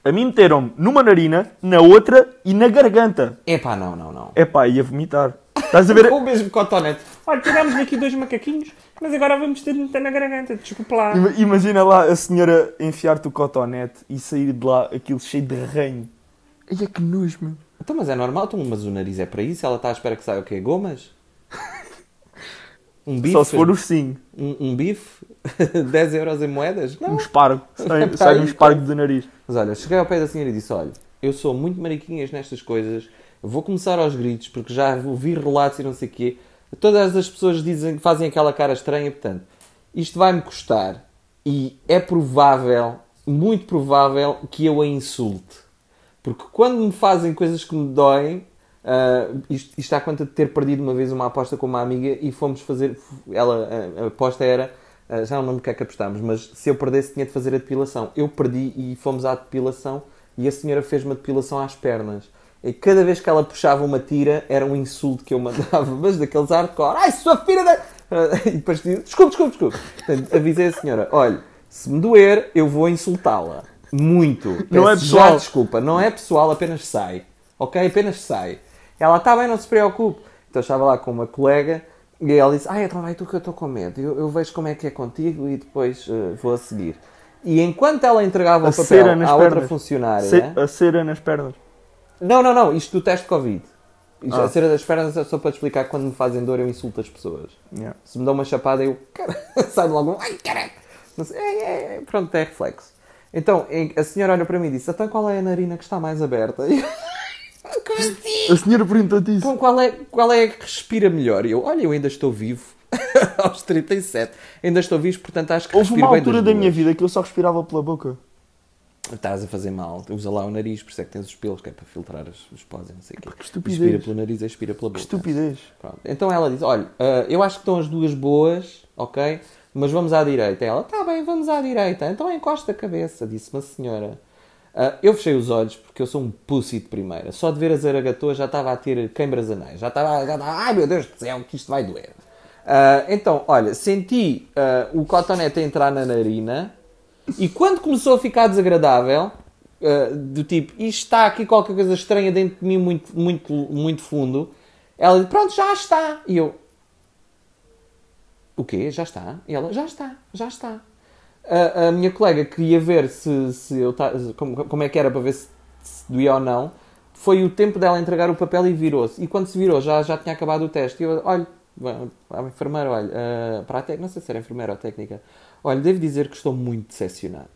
[SPEAKER 1] A mim meteram-me numa narina, na outra e na garganta.
[SPEAKER 2] Epá, não, não, não.
[SPEAKER 1] Epá, ia vomitar. Estás a
[SPEAKER 2] [LAUGHS]
[SPEAKER 1] ver?
[SPEAKER 2] Com o mesmo cotonete.
[SPEAKER 4] Olha, tirámos aqui dois macaquinhos, mas agora vamos ter de meter na garganta. Desculpa lá.
[SPEAKER 1] Ima- Imagina lá a senhora enfiar-te o cotonete e sair de lá aquilo cheio de ranho. Ai, é que nojo, meu.
[SPEAKER 2] Então, mas é normal, então, mas o nariz é para isso. Ela está à espera que saia o quê?
[SPEAKER 1] [LAUGHS]
[SPEAKER 2] Gomas? Um bife?
[SPEAKER 1] Só se for o ursinho.
[SPEAKER 2] um, um bife? [LAUGHS] 10 euros em moedas? Não.
[SPEAKER 1] Um espargo.
[SPEAKER 2] [LAUGHS]
[SPEAKER 1] Sai,
[SPEAKER 2] Tá
[SPEAKER 1] sai um
[SPEAKER 2] aí,
[SPEAKER 1] espargo do nariz.
[SPEAKER 2] Mas olha, cheguei ao pé da senhora e disse: Olha, eu sou muito mariquinhas nestas coisas, vou começar aos gritos, porque já ouvi relatos e não sei o quê. Todas as pessoas dizem, fazem aquela cara estranha, portanto, isto vai-me custar e é provável, muito provável, que eu a insulte. Porque quando me fazem coisas que me doem, Ah, isto, isto à conta de ter perdido uma vez uma aposta com uma amiga e fomos fazer. Ela, a, a aposta era. ah, já não me lembro o que é que apostámos, mas se eu perdesse tinha de fazer a depilação. Eu perdi e fomos à depilação e a senhora fez uma depilação às pernas. E cada vez que ela puxava uma tira era um insulto que eu mandava, [LAUGHS] mas daqueles hardcore. Ai, sua filha da. [LAUGHS] E depois dizia, desculpe, desculpe, desculpe. Portanto, avisei a senhora: olha, se me doer, eu vou insultá-la. Muito.
[SPEAKER 1] Não é
[SPEAKER 2] Peço já
[SPEAKER 1] pessoal.
[SPEAKER 2] desculpa, não é pessoal, apenas sai. Ok? Apenas sai. Ela está bem, não se preocupe. Então eu estava lá com uma colega e ela disse: Ah, então vai tu que eu estou com medo. Eu, eu vejo como é que é contigo e depois eh, vou a seguir. E enquanto ela entregava
[SPEAKER 1] A
[SPEAKER 2] o papel
[SPEAKER 1] cera nas
[SPEAKER 2] à outra
[SPEAKER 1] pernas.
[SPEAKER 2] funcionária.
[SPEAKER 1] Ce-
[SPEAKER 2] né?
[SPEAKER 1] A cera nas pernas.
[SPEAKER 2] Não, não, não, isto do teste de Covid. Isto,
[SPEAKER 1] Ah.
[SPEAKER 2] A cera das pernas é só para te explicar que quando me fazem dor eu insulto as pessoas.
[SPEAKER 1] Yeah.
[SPEAKER 2] Se me dão uma chapada eu cara, [LAUGHS] sai logo um, ai caraca. Não sei, é, é, é, pronto, é reflexo. Então em- a senhora olha para mim e disse: Então qual é a narina que está mais aberta? [LAUGHS] E eu, Como assim?
[SPEAKER 1] A senhora perguntou-te isso.
[SPEAKER 2] Então, qual, é, qual é que respira melhor? E eu, olha, eu ainda estou vivo. [LAUGHS] Aos 37. Ainda estou vivo, portanto acho que
[SPEAKER 1] Houve
[SPEAKER 2] respiro
[SPEAKER 1] uma
[SPEAKER 2] bem
[SPEAKER 1] altura
[SPEAKER 2] das
[SPEAKER 1] da
[SPEAKER 2] duas.
[SPEAKER 1] minha vida que eu só respirava pela boca.
[SPEAKER 2] Estás a fazer mal. Usa lá o nariz, por isso é que tens os pelos, que é para filtrar os, os pós e não sei o quê.
[SPEAKER 1] que estupidez.
[SPEAKER 2] Respira pelo nariz e expira pela boca.
[SPEAKER 1] Que estupidez.
[SPEAKER 2] Pronto. Então ela diz, olha, ah, eu acho que estão as duas boas, ok? Mas vamos à direita. Ela, tá bem, vamos à direita. Então encosta a cabeça, disse-me a senhora. Ah, eu fechei os olhos porque eu sou um pussy de primeira. Só de ver a zaragatoa já estava a ter queimbras anais. Já estava, já estava, ai meu Deus do céu, que isto vai doer. Ah, então, olha, senti ah, o cotonete a entrar na narina e quando começou a ficar desagradável, ah, do tipo, isto está aqui qualquer coisa estranha dentro de mim muito, muito, muito fundo, ela disse, pronto, já está. E eu, o quê? Já está? E ela, já está, já está. A, a minha colega queria ver se, se eu ta- como, como é que era para ver se, se doía ou não. Foi o tempo dela entregar o papel e virou-se. E quando se virou, já, já tinha acabado o teste. E eu, olha, bom, a enfermeira, olha, ah, para a técnica, não sei se era enfermeira ou técnica. Olha, devo dizer que estou muito decepcionado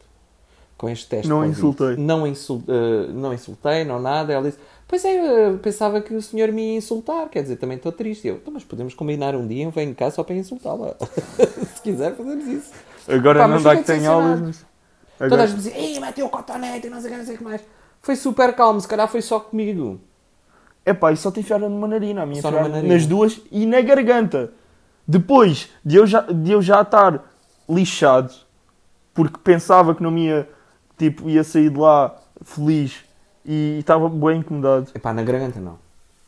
[SPEAKER 2] com este teste.
[SPEAKER 1] Não
[SPEAKER 2] Covid.
[SPEAKER 1] insultei.
[SPEAKER 2] Não, insul- ah, não insultei, não nada. Ela disse, pois é, eu pensava que o senhor me ia insultar. Quer dizer, também estou triste. E Eu, "Então, mas podemos combinar um dia, eu venho cá só para insultá-la. [LAUGHS] se quiser, fazemos isso.
[SPEAKER 1] Agora
[SPEAKER 2] Pá,
[SPEAKER 1] não
[SPEAKER 2] mas
[SPEAKER 1] dá
[SPEAKER 2] fiquei
[SPEAKER 1] que tenha
[SPEAKER 2] decepcionado.
[SPEAKER 1] aulas, mas...
[SPEAKER 2] Toda a
[SPEAKER 1] Agora...
[SPEAKER 2] gente dizia, ei, meteu o cotonete e não sei o que, não sei o que mais. Foi super calmo, se calhar foi só comigo.
[SPEAKER 1] Epá, e só te enfiaram numa narina. A minha
[SPEAKER 2] Só
[SPEAKER 1] enfiaram
[SPEAKER 2] numa narina.
[SPEAKER 1] nas duas e na garganta. Depois de eu, já, de eu já estar lixado, porque pensava que não me ia, tipo, ia sair de lá feliz e estava bem incomodado.
[SPEAKER 2] Epá, na garganta não.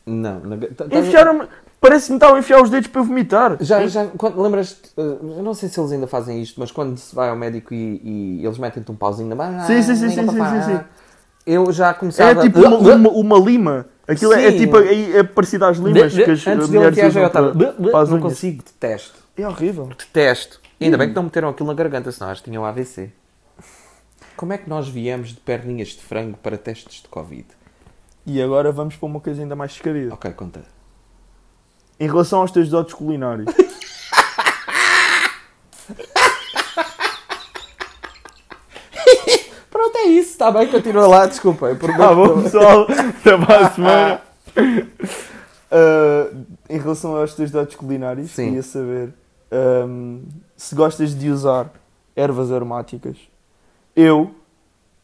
[SPEAKER 2] Não, na gar- tá- tá-
[SPEAKER 1] Enfiaram-me... Parece-me que estavam a enfiar os dedos para eu vomitar.
[SPEAKER 2] Já, já, quando, lembras eu não sei se eles ainda fazem isto, mas quando se vai ao médico e, e eles metem-te um pauzinho na mão.
[SPEAKER 1] Sim, sim, sim,
[SPEAKER 2] liga
[SPEAKER 1] sim,
[SPEAKER 2] para
[SPEAKER 1] sim,
[SPEAKER 2] cá,
[SPEAKER 1] sim, sim.
[SPEAKER 2] Eu já começava...
[SPEAKER 1] É tipo uma, uma- uma lima. Aquilo é, é
[SPEAKER 2] Sim.
[SPEAKER 1] tipo é, é parecido às limas que as
[SPEAKER 2] Antes dele
[SPEAKER 1] mulheres
[SPEAKER 2] que haja,
[SPEAKER 1] usam
[SPEAKER 2] eu estava...
[SPEAKER 1] para, para as
[SPEAKER 2] Não
[SPEAKER 1] unhas.
[SPEAKER 2] consigo, detesto.
[SPEAKER 1] É horrível.
[SPEAKER 2] Detesto. Ainda bem que
[SPEAKER 1] Hum.
[SPEAKER 2] não meteram aquilo na garganta, senão acho que tinham AVC. Como é que nós viemos de perninhas de frango para testes de Covid?
[SPEAKER 1] E agora vamos para uma coisa ainda mais [LAUGHS] escarida.
[SPEAKER 2] Ok, conta.
[SPEAKER 1] Em relação aos teus dotes culinários. [LAUGHS]
[SPEAKER 2] Pronto, é isso. Está bem, continua lá, desculpa. Eu prometo
[SPEAKER 1] Tá
[SPEAKER 2] que
[SPEAKER 1] bom,
[SPEAKER 2] não-
[SPEAKER 1] pessoal. Até para a [LAUGHS] semana. Ah, em relação aos teus dotes culinários,
[SPEAKER 2] Sim.
[SPEAKER 1] queria saber ahm, se gostas de usar ervas aromáticas. Eu,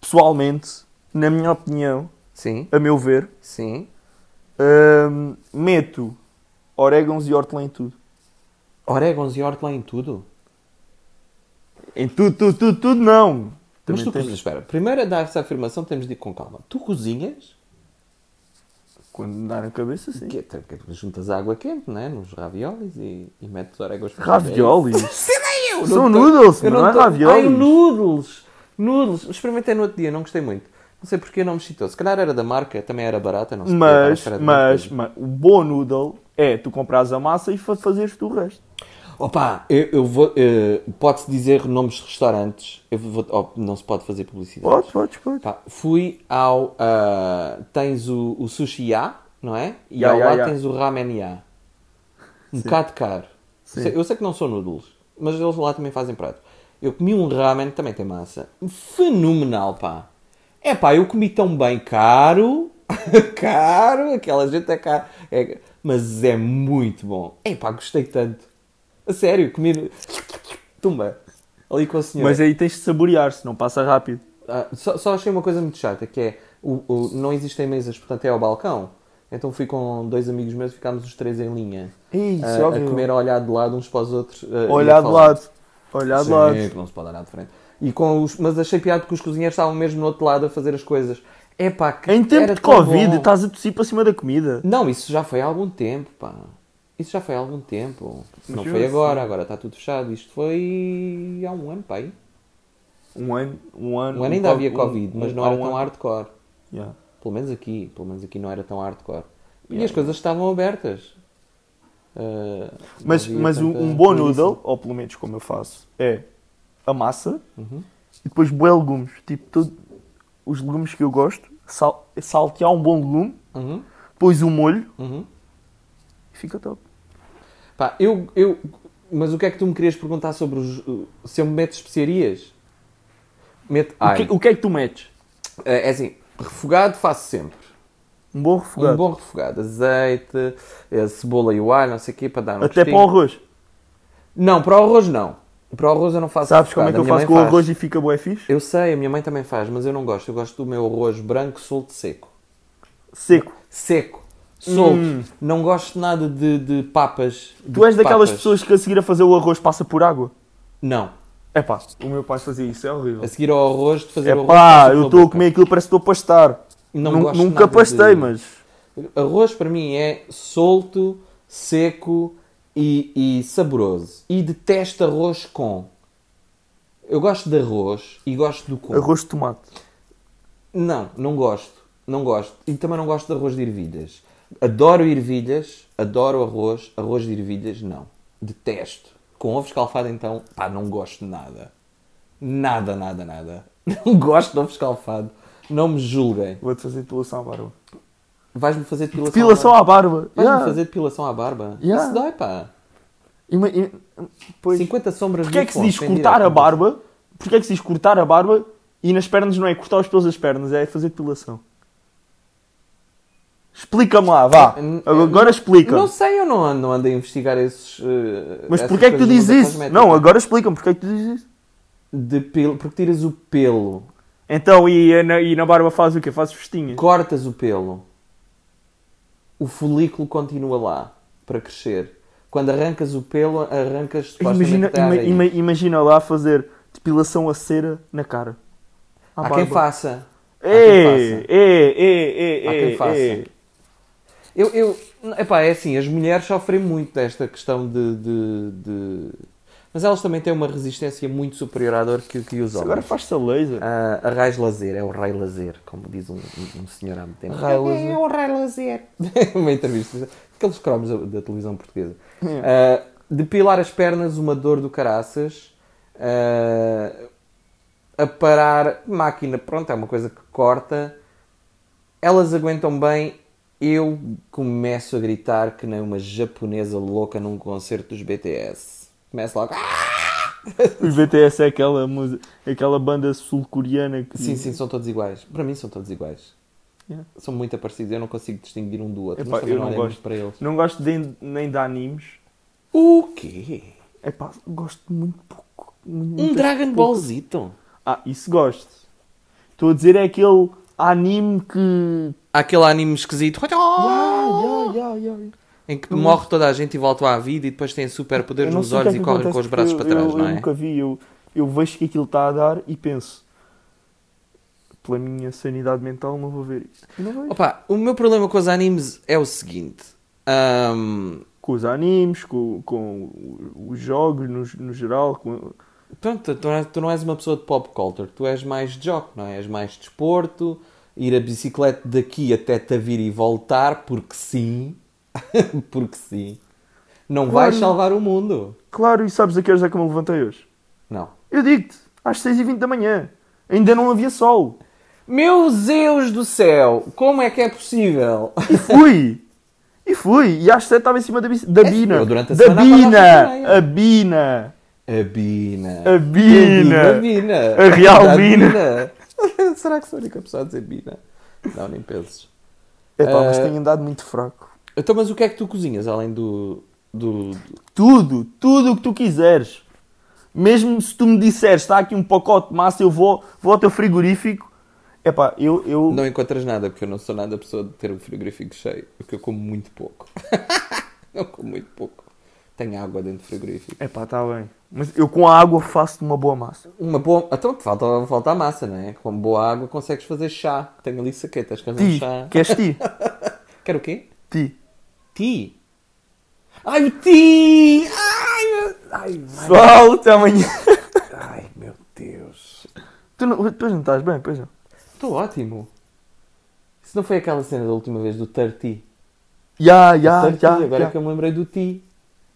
[SPEAKER 1] pessoalmente, na minha opinião,
[SPEAKER 2] Sim,
[SPEAKER 1] a meu ver,
[SPEAKER 2] sim.
[SPEAKER 1] ahm, meto orégãos e hortelã em tudo.
[SPEAKER 2] Orégãos e hortelã em tudo?
[SPEAKER 1] Em tudo, tudo, tudo, tudo não.
[SPEAKER 2] Mas
[SPEAKER 1] Também
[SPEAKER 2] tu
[SPEAKER 1] tem-
[SPEAKER 2] cozinhas. Espera, primeiro a dar essa afirmação temos de ir com calma. Tu cozinhas?
[SPEAKER 1] Quando me dá na cabeça, sim.
[SPEAKER 2] Que, que- juntas água quente, né? Nos raviolis e, e metes orégãos. para
[SPEAKER 1] É [LAUGHS] Raviolis?
[SPEAKER 2] Sei lá eu!
[SPEAKER 1] São
[SPEAKER 2] não tô-
[SPEAKER 1] noodles,
[SPEAKER 2] eu
[SPEAKER 1] não é
[SPEAKER 2] tô-
[SPEAKER 1] raviolis.
[SPEAKER 2] Ai, noodles! Noodles! Experimentei no outro dia, não gostei muito. Não sei porque não me excitou. Se calhar era da marca, também era barata, não sei. estava à
[SPEAKER 1] Mas,
[SPEAKER 2] espera de outra
[SPEAKER 1] mas,
[SPEAKER 2] coisa.
[SPEAKER 1] mas, o bom noodle é tu comprares a massa e fa- fazeres tu o resto.
[SPEAKER 2] Opa, eu, eu vou. eh, Pode-se dizer nomes de restaurantes. Eu vou, oh, não se pode fazer publicidade.
[SPEAKER 1] Podes, podes, podes.
[SPEAKER 2] Pá, fui ao. ah, tens o, o sushi ya, não é? E
[SPEAKER 1] Ya,
[SPEAKER 2] ao
[SPEAKER 1] ya,
[SPEAKER 2] lado
[SPEAKER 1] ya.
[SPEAKER 2] tens o ramen ya. Um bocado caro. Sei- eu sei que não são noodles, mas eles lá também fazem prato. Eu comi um ramen, também tem massa. Fenomenal, pá. É pá, eu comi tão bem caro. [LAUGHS] caro, aquela gente é caro. É- mas é muito bom. É pá, gostei tanto. A sério, comi. Tumba. Ali com a senhora.
[SPEAKER 1] Mas aí tens de saborear, se não passa rápido.
[SPEAKER 2] Ah, só, só achei uma coisa muito chata, que é o, o- não existem mesas, portanto é ao balcão. Então fui com dois amigos meus, ficámos os três em linha.
[SPEAKER 1] Ih,
[SPEAKER 2] a,
[SPEAKER 1] isso é
[SPEAKER 2] a
[SPEAKER 1] horrível.
[SPEAKER 2] comer a olhar de lado uns para os outros. a- e
[SPEAKER 1] Olhar
[SPEAKER 2] a
[SPEAKER 1] de
[SPEAKER 2] falar.
[SPEAKER 1] lado. Olhar de
[SPEAKER 2] Sim,
[SPEAKER 1] lado.
[SPEAKER 2] que não se pode olhar de frente. E com os, mas achei piada porque os cozinheiros estavam mesmo no outro lado a fazer as coisas. É pá, que
[SPEAKER 1] Em tempo
[SPEAKER 2] era
[SPEAKER 1] de
[SPEAKER 2] tão
[SPEAKER 1] Covid, tá-
[SPEAKER 2] bom.
[SPEAKER 1] estás a tossir para cima da comida.
[SPEAKER 2] Não, isso já foi há algum tempo, pá. Isso já foi há algum tempo. Não
[SPEAKER 1] Mas
[SPEAKER 2] foi
[SPEAKER 1] eu- assim-
[SPEAKER 2] agora, agora está tudo fechado. Isto foi há um ano, pá. aí.
[SPEAKER 1] Um ano, um ano.
[SPEAKER 2] Um ano ainda
[SPEAKER 1] co-
[SPEAKER 2] havia
[SPEAKER 1] um-
[SPEAKER 2] Covid, mas não
[SPEAKER 1] há
[SPEAKER 2] era
[SPEAKER 1] um
[SPEAKER 2] tão
[SPEAKER 1] ano.
[SPEAKER 2] hardcore.
[SPEAKER 1] Yeah.
[SPEAKER 2] Pelo menos aqui, pelo menos aqui não era tão hardcore. E as coisas estavam abertas. Ah, não
[SPEAKER 1] Mas,
[SPEAKER 2] havia
[SPEAKER 1] mas um,
[SPEAKER 2] tanta
[SPEAKER 1] um bom
[SPEAKER 2] coisa. assim.
[SPEAKER 1] noodle, ou pelo menos como eu faço, é a massa
[SPEAKER 2] Uhum.
[SPEAKER 1] e depois bué legumes. Tipo, todo, os legumes que eu gosto, sal, saltear um bom legume,
[SPEAKER 2] Uhum,
[SPEAKER 1] depois um molho
[SPEAKER 2] uhum.
[SPEAKER 1] e fica top.
[SPEAKER 2] Pá, eu, eu. Mas o que é que tu me querias perguntar sobre os. Se eu me meto especiarias? Meto.
[SPEAKER 1] O
[SPEAKER 2] Ai,
[SPEAKER 1] que, o que é que tu metes?
[SPEAKER 2] É assim, refogado faço sempre.
[SPEAKER 1] Um bom refogado.
[SPEAKER 2] Um bom refogado. Azeite, eh, cebola e o alho, não sei o quê, para dar um
[SPEAKER 1] Até
[SPEAKER 2] gostinho.
[SPEAKER 1] para o arroz.
[SPEAKER 2] Não, para o arroz não. Para o arroz eu não faço
[SPEAKER 1] Sabes como é
[SPEAKER 2] refogado.
[SPEAKER 1] que eu
[SPEAKER 2] A
[SPEAKER 1] faço
[SPEAKER 2] minha mãe
[SPEAKER 1] com o
[SPEAKER 2] faz.
[SPEAKER 1] arroz e fica bué fixe?
[SPEAKER 2] Eu sei, a minha mãe também faz, mas eu não gosto. Eu gosto do meu arroz branco, solto, seco.
[SPEAKER 1] Seco.
[SPEAKER 2] Seco. Solto. Não gosto nada de, de papas.
[SPEAKER 1] Hum. Tu és daquelas pessoas que a seguir a fazer o arroz passa por água?
[SPEAKER 2] Não.
[SPEAKER 1] É pá, o meu pai fazia isso, é horrível.
[SPEAKER 2] A seguir ao arroz, de fazer
[SPEAKER 1] É
[SPEAKER 2] o arroz...
[SPEAKER 1] pá, eu
[SPEAKER 2] passas pela
[SPEAKER 1] estou a
[SPEAKER 2] boca.
[SPEAKER 1] comer aquilo, parece que estou a pastar.
[SPEAKER 2] Não
[SPEAKER 1] Nun-
[SPEAKER 2] gosto
[SPEAKER 1] Nunca
[SPEAKER 2] nada de-
[SPEAKER 1] pastei, mas.
[SPEAKER 2] Arroz para mim é solto, seco e, e saboroso. E detesto arroz com. Eu gosto de arroz e gosto do com.
[SPEAKER 1] Arroz de tomate.
[SPEAKER 2] Não, não gosto. Não gosto. E também não gosto de arroz de ervilhas. Adoro ervilhas, adoro arroz. Arroz de ervilhas, não. Detesto. Com ovo escalfado, então, pá, não gosto de nada. Nada, nada, nada. [LAUGHS] Não gosto de ovo escalfado. Não me julguem.
[SPEAKER 1] Vou-te fazer depilação à barba.
[SPEAKER 2] Vais-me fazer depilação. à
[SPEAKER 1] Depilação
[SPEAKER 2] barba?
[SPEAKER 1] à barba.
[SPEAKER 2] Vais-me
[SPEAKER 1] Yeah.
[SPEAKER 2] fazer depilação à barba?
[SPEAKER 1] Yeah.
[SPEAKER 2] Isso dói, pá.
[SPEAKER 1] Ima- im- Pois.
[SPEAKER 2] 50 sombras
[SPEAKER 1] Porquê é
[SPEAKER 2] do
[SPEAKER 1] que se
[SPEAKER 2] Afonso,
[SPEAKER 1] diz
[SPEAKER 2] em
[SPEAKER 1] cortar a
[SPEAKER 2] direto.
[SPEAKER 1] barba? Porquê é que se diz cortar a barba e nas pernas não é cortar os pelos das pernas, é fazer depilação? Explica-me lá, vá.
[SPEAKER 2] N-
[SPEAKER 1] Agora
[SPEAKER 2] Não
[SPEAKER 1] explica-me.
[SPEAKER 2] sei, eu não ando, não ando a investigar esses. eh,
[SPEAKER 1] Mas
[SPEAKER 2] essas
[SPEAKER 1] porquê é que tu
[SPEAKER 2] coisas
[SPEAKER 1] dizes
[SPEAKER 2] da
[SPEAKER 1] isso?
[SPEAKER 2] cosmética.
[SPEAKER 1] Não, agora explica-me porquê é que tu dizes isso.
[SPEAKER 2] De pelo, porque tiras o pelo,
[SPEAKER 1] Então, e na, e na barba faz o quê? Faz festinha.
[SPEAKER 2] cortas o pelo, o folículo continua lá para crescer. Quando arrancas o pelo, arrancas supostamente
[SPEAKER 1] Imagina,
[SPEAKER 2] até a
[SPEAKER 1] ima-
[SPEAKER 2] raiz.
[SPEAKER 1] ima- imagina lá fazer depilação a cera na cara. À
[SPEAKER 2] Há quem
[SPEAKER 1] barba.
[SPEAKER 2] faça. Há quem
[SPEAKER 1] Ei,
[SPEAKER 2] faça.
[SPEAKER 1] ei, ei, ei,
[SPEAKER 2] Há
[SPEAKER 1] ei,
[SPEAKER 2] quem faça.
[SPEAKER 1] ei.
[SPEAKER 2] Eu, eu, epá, é assim, as mulheres sofrem muito desta questão de, de- de- Mas elas também têm uma resistência muito superior à dor que, que os homens.
[SPEAKER 1] Agora faz-se a laser.
[SPEAKER 2] Ah, a Raiz Lazer, é o Rai Lazer, como diz um, um- um senhor há muito tempo.
[SPEAKER 1] Rai Lazer.
[SPEAKER 2] É o Rai Lazer. [LAUGHS] uma entrevista. Aqueles cromos da televisão portuguesa. Ah, depilar as pernas, uma dor do caraças. Ah, aparar, máquina, pronto, é uma coisa que corta. Elas aguentam bem. Eu começo a gritar que nem uma japonesa louca num concerto dos BTS. Começo logo. "Ah!"
[SPEAKER 1] Os BTS é aquela, musa- aquela banda sul-coreana que.
[SPEAKER 2] Sim, sim, são todos iguais. Para mim são todos iguais.
[SPEAKER 1] Yeah.
[SPEAKER 2] São muito parecidos, eu não consigo distinguir um do outro.
[SPEAKER 1] Epá,
[SPEAKER 2] mas também
[SPEAKER 1] eu
[SPEAKER 2] não
[SPEAKER 1] não
[SPEAKER 2] olho muito
[SPEAKER 1] gosto.
[SPEAKER 2] para eles.
[SPEAKER 1] Não gosto de- nem de animes.
[SPEAKER 2] O quê?
[SPEAKER 1] É pá, gosto muito pouco. muito-
[SPEAKER 2] Um Dragon então. Ballzito?
[SPEAKER 1] Ah, isso gosto. Estou a dizer é aquele anime que.
[SPEAKER 2] Aquele anime esquisito
[SPEAKER 1] Ah, yeah, yeah, yeah.
[SPEAKER 2] em que morre toda a gente e volta à vida e depois tem superpoderes
[SPEAKER 1] Eu não
[SPEAKER 2] nos
[SPEAKER 1] sei o que
[SPEAKER 2] olhos
[SPEAKER 1] é
[SPEAKER 2] e
[SPEAKER 1] que
[SPEAKER 2] corre com os
[SPEAKER 1] acontece,
[SPEAKER 2] braços para
[SPEAKER 1] porque eu-
[SPEAKER 2] trás,
[SPEAKER 1] eu,
[SPEAKER 2] não
[SPEAKER 1] Eu
[SPEAKER 2] é?
[SPEAKER 1] nunca vi, eu, eu vejo que aquilo está a dar e penso. Pela minha sanidade mental, não vou ver isso. E Não vejo.
[SPEAKER 2] Opa, o meu problema com os animes é o seguinte. Ahm,
[SPEAKER 1] Com os animes, com, com os jogos no, no geral. Com...
[SPEAKER 2] Pronto, tu não, és, tu não és uma pessoa de pop culture, tu és mais de jogo, não é? És mais de desporto, ir a bicicleta daqui até te vir e voltar, porque sim, [LAUGHS] porque sim. Não
[SPEAKER 1] Claro.
[SPEAKER 2] vais salvar o mundo.
[SPEAKER 1] Claro, e sabes a que horas é que eu me levantei hoje?
[SPEAKER 2] Não.
[SPEAKER 1] Eu digo-te, às 6h20 da manhã. Ainda não havia sol.
[SPEAKER 2] Meu Deus do céu, como é que é possível?
[SPEAKER 1] E fui. e fui. E às 7 estava em cima da, bici- da Bina.
[SPEAKER 2] É, eu durante a
[SPEAKER 1] da
[SPEAKER 2] semana acordava às seis e
[SPEAKER 1] Bina.
[SPEAKER 2] meia.
[SPEAKER 1] A Bina.
[SPEAKER 2] A Bina.
[SPEAKER 1] A Bina.
[SPEAKER 2] A Bina.
[SPEAKER 1] A real
[SPEAKER 2] A
[SPEAKER 1] Bina.
[SPEAKER 2] [LAUGHS] Será que sou a única pessoa a dizer Bina? Não, nem penses.
[SPEAKER 1] Epá, mas
[SPEAKER 2] Ah.
[SPEAKER 1] tenho andado muito fraco.
[SPEAKER 2] Então, mas o que é que tu cozinhas, além do... do, do...
[SPEAKER 1] Tudo, tudo o que tu quiseres. "Tá Mesmo se tu me disseres, está aqui um pacote de massa, eu vou, vou ao teu frigorífico. Epá, eu, eu
[SPEAKER 2] Não encontras nada, porque eu não sou nada a pessoa de ter o frigorífico cheio, porque eu como muito pouco. [LAUGHS] eu como muito pouco. Tenho água dentro do frigorífico.
[SPEAKER 1] Epá, tá bem. Mas eu com a água faço uma boa massa.
[SPEAKER 2] Uma boa. Então te falta, falta a massa, não é? Com boa água consegues fazer chá. Tenho ali saquetas, queres um
[SPEAKER 1] Ti,
[SPEAKER 2] chá?
[SPEAKER 1] queres ti? [LAUGHS]
[SPEAKER 2] Quer o quê?
[SPEAKER 1] Ti.
[SPEAKER 2] Ti. Ai, o ti! Ai, meu... Ai, mano.
[SPEAKER 1] Pessoal, até amanhã.
[SPEAKER 2] Ai, meu Deus.
[SPEAKER 1] Tu não, pois não estás bem, pois não.
[SPEAKER 2] Estou ótimo. Isso não foi aquela cena da última vez do Tarti?
[SPEAKER 1] Ya, ya,
[SPEAKER 2] Tarti,
[SPEAKER 1] ya,
[SPEAKER 2] agora é
[SPEAKER 1] ya,
[SPEAKER 2] que eu me lembrei do ti.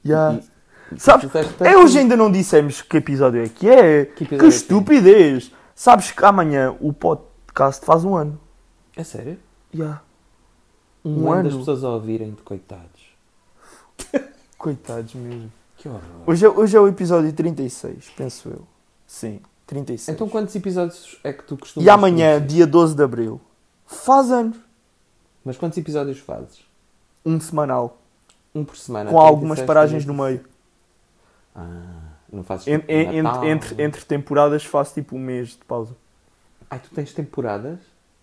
[SPEAKER 1] ya.
[SPEAKER 2] E-
[SPEAKER 1] Sabes,
[SPEAKER 2] Disseste
[SPEAKER 1] é hoje ainda não dissemos que episódio é que é. Que,
[SPEAKER 2] episódio é que é?
[SPEAKER 1] estupidez. Sabes que amanhã o podcast faz um ano.
[SPEAKER 2] É sério?
[SPEAKER 1] Ya.
[SPEAKER 2] Um,
[SPEAKER 1] Um
[SPEAKER 2] ano
[SPEAKER 1] ano.
[SPEAKER 2] das pessoas a ouvirem de coitados.
[SPEAKER 1] Coitados mesmo.
[SPEAKER 2] Que horror.
[SPEAKER 1] Hoje é, hoje é o episódio 36, penso eu. Sim, 36.
[SPEAKER 2] Então quantos episódios é que tu costumas
[SPEAKER 1] e amanhã,
[SPEAKER 2] produzir?
[SPEAKER 1] dia 12 de abril, faz anos.
[SPEAKER 2] Mas quantos episódios fazes?
[SPEAKER 1] Um semanal.
[SPEAKER 2] Um por semana?
[SPEAKER 1] com algumas
[SPEAKER 2] 36,
[SPEAKER 1] paragens no meio.
[SPEAKER 2] Ah, não fazes
[SPEAKER 1] En-
[SPEAKER 2] tipo
[SPEAKER 1] en-
[SPEAKER 2] Natal?
[SPEAKER 1] entre, entre, entre temporadas faço tipo um mês de pausa.
[SPEAKER 2] Ai, tu tens temporadas?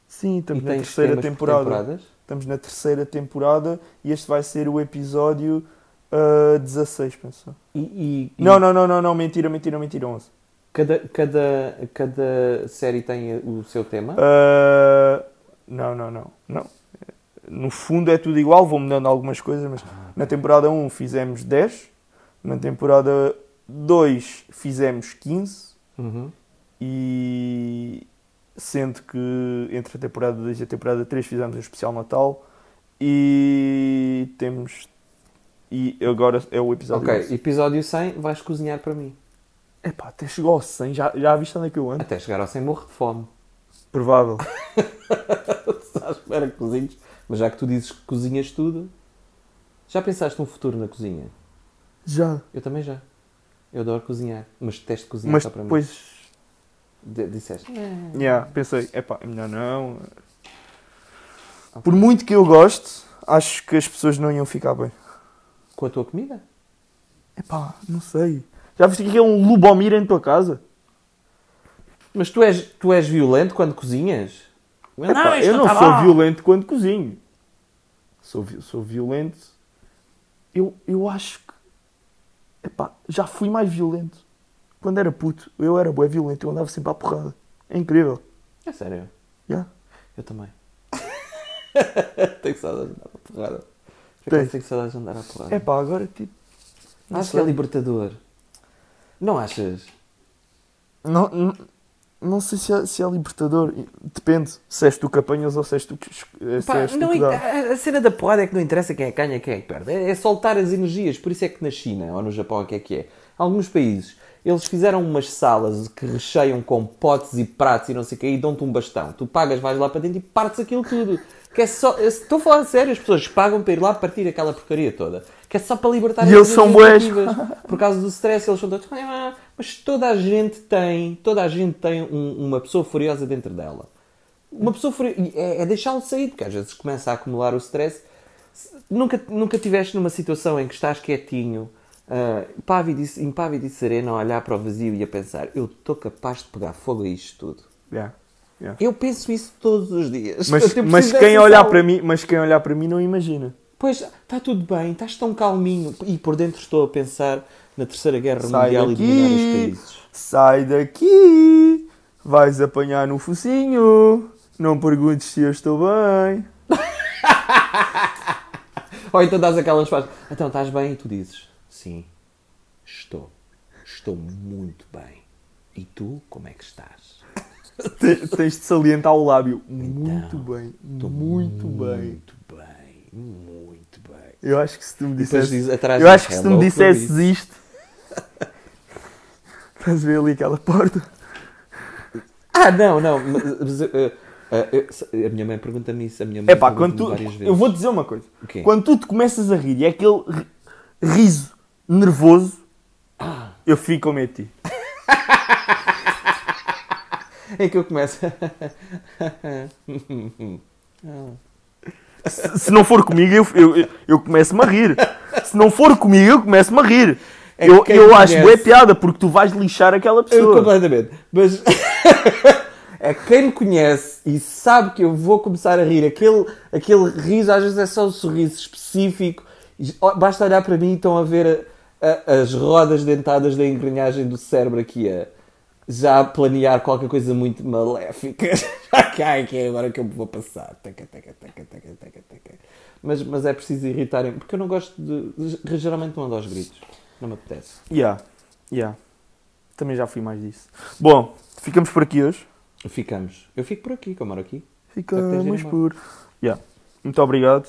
[SPEAKER 1] Sim, estamos
[SPEAKER 2] e
[SPEAKER 1] na
[SPEAKER 2] tens
[SPEAKER 1] terceira
[SPEAKER 2] temas por
[SPEAKER 1] temporada.
[SPEAKER 2] temporadas?
[SPEAKER 1] Estamos na terceira temporada e este vai ser o episódio ah, 16, penso.
[SPEAKER 2] E, e- e
[SPEAKER 1] Não, não, não, não, não, mentira, mentira, mentira, 11.
[SPEAKER 2] Cada, cada, cada série tem o seu tema?
[SPEAKER 1] Ah, não, não, não, não. No fundo é tudo igual, vou mudando algumas coisas, mas
[SPEAKER 2] Ah,
[SPEAKER 1] na temporada 1 fizemos 10, na temporada 2 fizemos 15
[SPEAKER 2] Uhum.
[SPEAKER 1] e sendo que entre a temporada 2 e a temporada 3 fizemos um especial Natal e temos e agora é o episódio
[SPEAKER 2] Ok,
[SPEAKER 1] 11.
[SPEAKER 2] episódio 100, vais cozinhar para mim.
[SPEAKER 1] Epá, até chegou ao 100, já, já viste onde é que eu ando?
[SPEAKER 2] Até chegar ao 100 morro de fome. [LAUGHS]
[SPEAKER 1] Provável.
[SPEAKER 2] À espera que cozinhes. Mas já que tu dizes que cozinhas tudo, já pensaste um futuro na cozinha?
[SPEAKER 1] Já.
[SPEAKER 2] Eu também já. Eu adoro cozinhar, mas detesto cozinhar
[SPEAKER 1] Mas
[SPEAKER 2] só para
[SPEAKER 1] depois,
[SPEAKER 2] mim. D disseste.
[SPEAKER 1] yeah, pensei, epá, é melhor não. Por muito que eu goste, acho que as pessoas não iam ficar bem.
[SPEAKER 2] Com a tua comida?
[SPEAKER 1] Epá, não sei. Já viste que é um Lubomir em tua casa?
[SPEAKER 2] Mas tu és, tu és violento quando cozinhas?
[SPEAKER 1] Epá, eu não tá sou violento quando cozinho. Sou, vi- sou violento. Eu, eu acho que. Epá, já fui mais violento. Quando era puto, eu era bué violento, eu andava sempre à porrada. É incrível.
[SPEAKER 2] É sério.
[SPEAKER 1] Yeah.
[SPEAKER 2] Eu também. [LAUGHS] tenho saudades de andar à porrada. Por
[SPEAKER 1] Tens.
[SPEAKER 2] acaso tenho saudades de andar à porrada.
[SPEAKER 1] Epá, agora tipo. não
[SPEAKER 2] Acho que
[SPEAKER 1] sei.
[SPEAKER 2] é libertador. Não achas?
[SPEAKER 1] Não, não, não sei se é, se é libertador. Depende. Se és tu que apanhas ou se és tu que, es- eh, se
[SPEAKER 2] Pá,
[SPEAKER 1] és tu
[SPEAKER 2] não
[SPEAKER 1] que
[SPEAKER 2] in-
[SPEAKER 1] dá.
[SPEAKER 2] a, a cena da porrada é que não interessa quem é que ganha e quem é que perde. É, é soltar as energias. Por isso é que na China ou no Japão, o que é que é? Alguns países, eles fizeram umas salas que recheiam com potes e pratos e não sei o quê e dão-te um bastão. Tu pagas, vais lá para dentro e partes aquilo tudo. Que é só, eu- estou a falar sério, as pessoas pagam para ir lá partir aquela porcaria toda. Que é só para libertar
[SPEAKER 1] E eles são
[SPEAKER 2] energias
[SPEAKER 1] bués. [LAUGHS]
[SPEAKER 2] negativas. Por causa do stress, eles são todos. "Ah", Mas toda a gente tem, toda a gente tem um- uma pessoa furiosa dentro dela. Uma pessoa furi- e é, é deixá-lo sair, porque às vezes começa a acumular o stress. Se- Nunca, nunca tiveste numa situação em que estás quietinho, ah, pávido, e- impávido e sereno, a olhar para o vazio e a pensar: eu estou capaz de pegar fogo a isto tudo.
[SPEAKER 1] Yeah, yeah.
[SPEAKER 2] Eu penso isso todos os dias.
[SPEAKER 1] Mas,
[SPEAKER 2] [LAUGHS] Eu preciso
[SPEAKER 1] mas
[SPEAKER 2] dessa
[SPEAKER 1] quem olhar
[SPEAKER 2] sala.
[SPEAKER 1] para mim, mas quem olhar para mim não imagina.
[SPEAKER 2] Pois, está tudo bem, estás tão calminho. E por dentro estou a pensar na Terceira Guerra
[SPEAKER 1] Sai
[SPEAKER 2] Mundial e dominar os
[SPEAKER 1] daqui,
[SPEAKER 2] países.
[SPEAKER 1] sai daqui, vais apanhar no focinho. Não perguntes se eu estou bem.
[SPEAKER 2] Ou então dás aquelas frases. Então, estás bem? E tu dizes: Sim, estou. Estou muito bem. E tu, como é que estás?
[SPEAKER 1] Te- Tens de salientar o lábio. Muito
[SPEAKER 2] Então,
[SPEAKER 1] bem,
[SPEAKER 2] Estou
[SPEAKER 1] muito, bem.
[SPEAKER 2] Muito bem, muito bem.
[SPEAKER 1] Eu acho que se tu me
[SPEAKER 2] depois
[SPEAKER 1] dissesse,
[SPEAKER 2] diz atrás
[SPEAKER 1] eu
[SPEAKER 2] diz,
[SPEAKER 1] acho que se tu me
[SPEAKER 2] "Hello,
[SPEAKER 1] dissesses
[SPEAKER 2] Clarice."
[SPEAKER 1] isto,
[SPEAKER 2] [LAUGHS]
[SPEAKER 1] estás a ver ali aquela porta?
[SPEAKER 2] Ah, não, não. mas, mas, eh, eh, eh, se- a minha mãe pergunta-me isso. A minha mãe
[SPEAKER 1] É pá, quando
[SPEAKER 2] pergunta-me
[SPEAKER 1] tu.
[SPEAKER 2] várias vezes.
[SPEAKER 1] Eu vou dizer uma coisa.
[SPEAKER 2] O quê?
[SPEAKER 1] Quando tu te começas a rir e é aquele ri- riso nervoso,
[SPEAKER 2] Ah.
[SPEAKER 1] eu fico com medo de ti.
[SPEAKER 2] É que eu começo.
[SPEAKER 1] Se- [LAUGHS] Se não for comigo, eu, eu, eu- eu começo-me a rir. Se não for comigo, eu começo-me a rir.
[SPEAKER 2] É que
[SPEAKER 1] eu
[SPEAKER 2] quem
[SPEAKER 1] eu acho
[SPEAKER 2] conhece-
[SPEAKER 1] boa piada, porque tu vais lixar aquela
[SPEAKER 2] Eu
[SPEAKER 1] pessoa.
[SPEAKER 2] completamente. Mas. [LAUGHS] É quem me conhece e sabe que eu vou começar a rir. Aquele, aquele riso, às vezes é só um sorriso específico. Ó, Basta olhar para mim e estão a ver a- a- as rodas dentadas da engrenagem do cérebro aqui a já a planear qualquer coisa muito maléfica. [LAUGHS] Já cai que é agora que eu me vou passar. Taca, taca, taca, taca, taca, taca. Mas, mas é preciso irritarem, porque eu não gosto de. de- Geralmente não ando aos gritos. Não me apetece.
[SPEAKER 1] Yeah, yeah. Também já fui mais disso. Bom, ficamos por aqui hoje.
[SPEAKER 2] Ficamos. Eu fico por aqui, que eu moro aqui. Só tens
[SPEAKER 1] Ficamos
[SPEAKER 2] de ir
[SPEAKER 1] por. Yeah. Muito obrigado.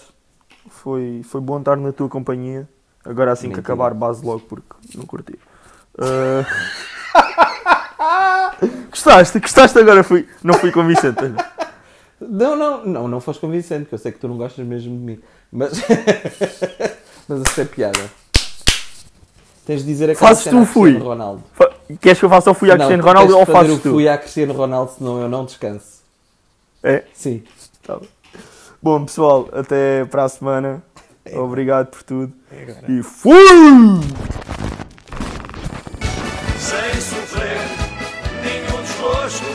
[SPEAKER 1] Foi, foi bom estar na tua companhia. Agora assim que
[SPEAKER 2] Mentira.
[SPEAKER 1] acabar, base logo porque não curti.
[SPEAKER 2] [LAUGHS]
[SPEAKER 1] Ah. gostaste? Gostaste agora? Fui. Não fui convincente.
[SPEAKER 2] Não, não, não, não foste convincente, que eu sei que tu não gostas mesmo de mim. Mas. [LAUGHS] mas essa é piada. Tens de dizer aquela
[SPEAKER 1] Fazes
[SPEAKER 2] cena
[SPEAKER 1] tu
[SPEAKER 2] a
[SPEAKER 1] um fui.
[SPEAKER 2] Cristiano Ronaldo.
[SPEAKER 1] Fa- Queres que eu faça o fui a
[SPEAKER 2] Não,
[SPEAKER 1] Cristiano
[SPEAKER 2] tu tens
[SPEAKER 1] Ronaldo
[SPEAKER 2] de
[SPEAKER 1] ou
[SPEAKER 2] fazer
[SPEAKER 1] fazes
[SPEAKER 2] o
[SPEAKER 1] tu?
[SPEAKER 2] fui a Cristiano Ronaldo, senão eu não descanso.
[SPEAKER 1] É?
[SPEAKER 2] Sim.
[SPEAKER 1] Tá bom. Bom, pessoal, até para a semana.
[SPEAKER 2] É.
[SPEAKER 1] Obrigado por tudo. E fui!
[SPEAKER 3] sem sofrer nenhum desgosto.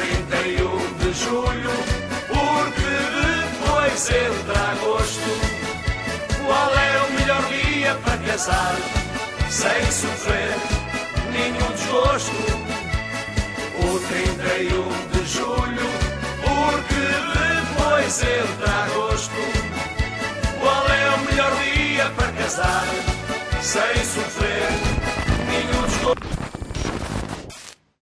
[SPEAKER 3] O 31 de julho, porque depois entra agosto. Qual é o melhor dia para casar? Sem sofrer nenhum desgosto. O 31 de julho, porque depois entra agosto. Qual é o melhor dia para casar? Sem sofrer.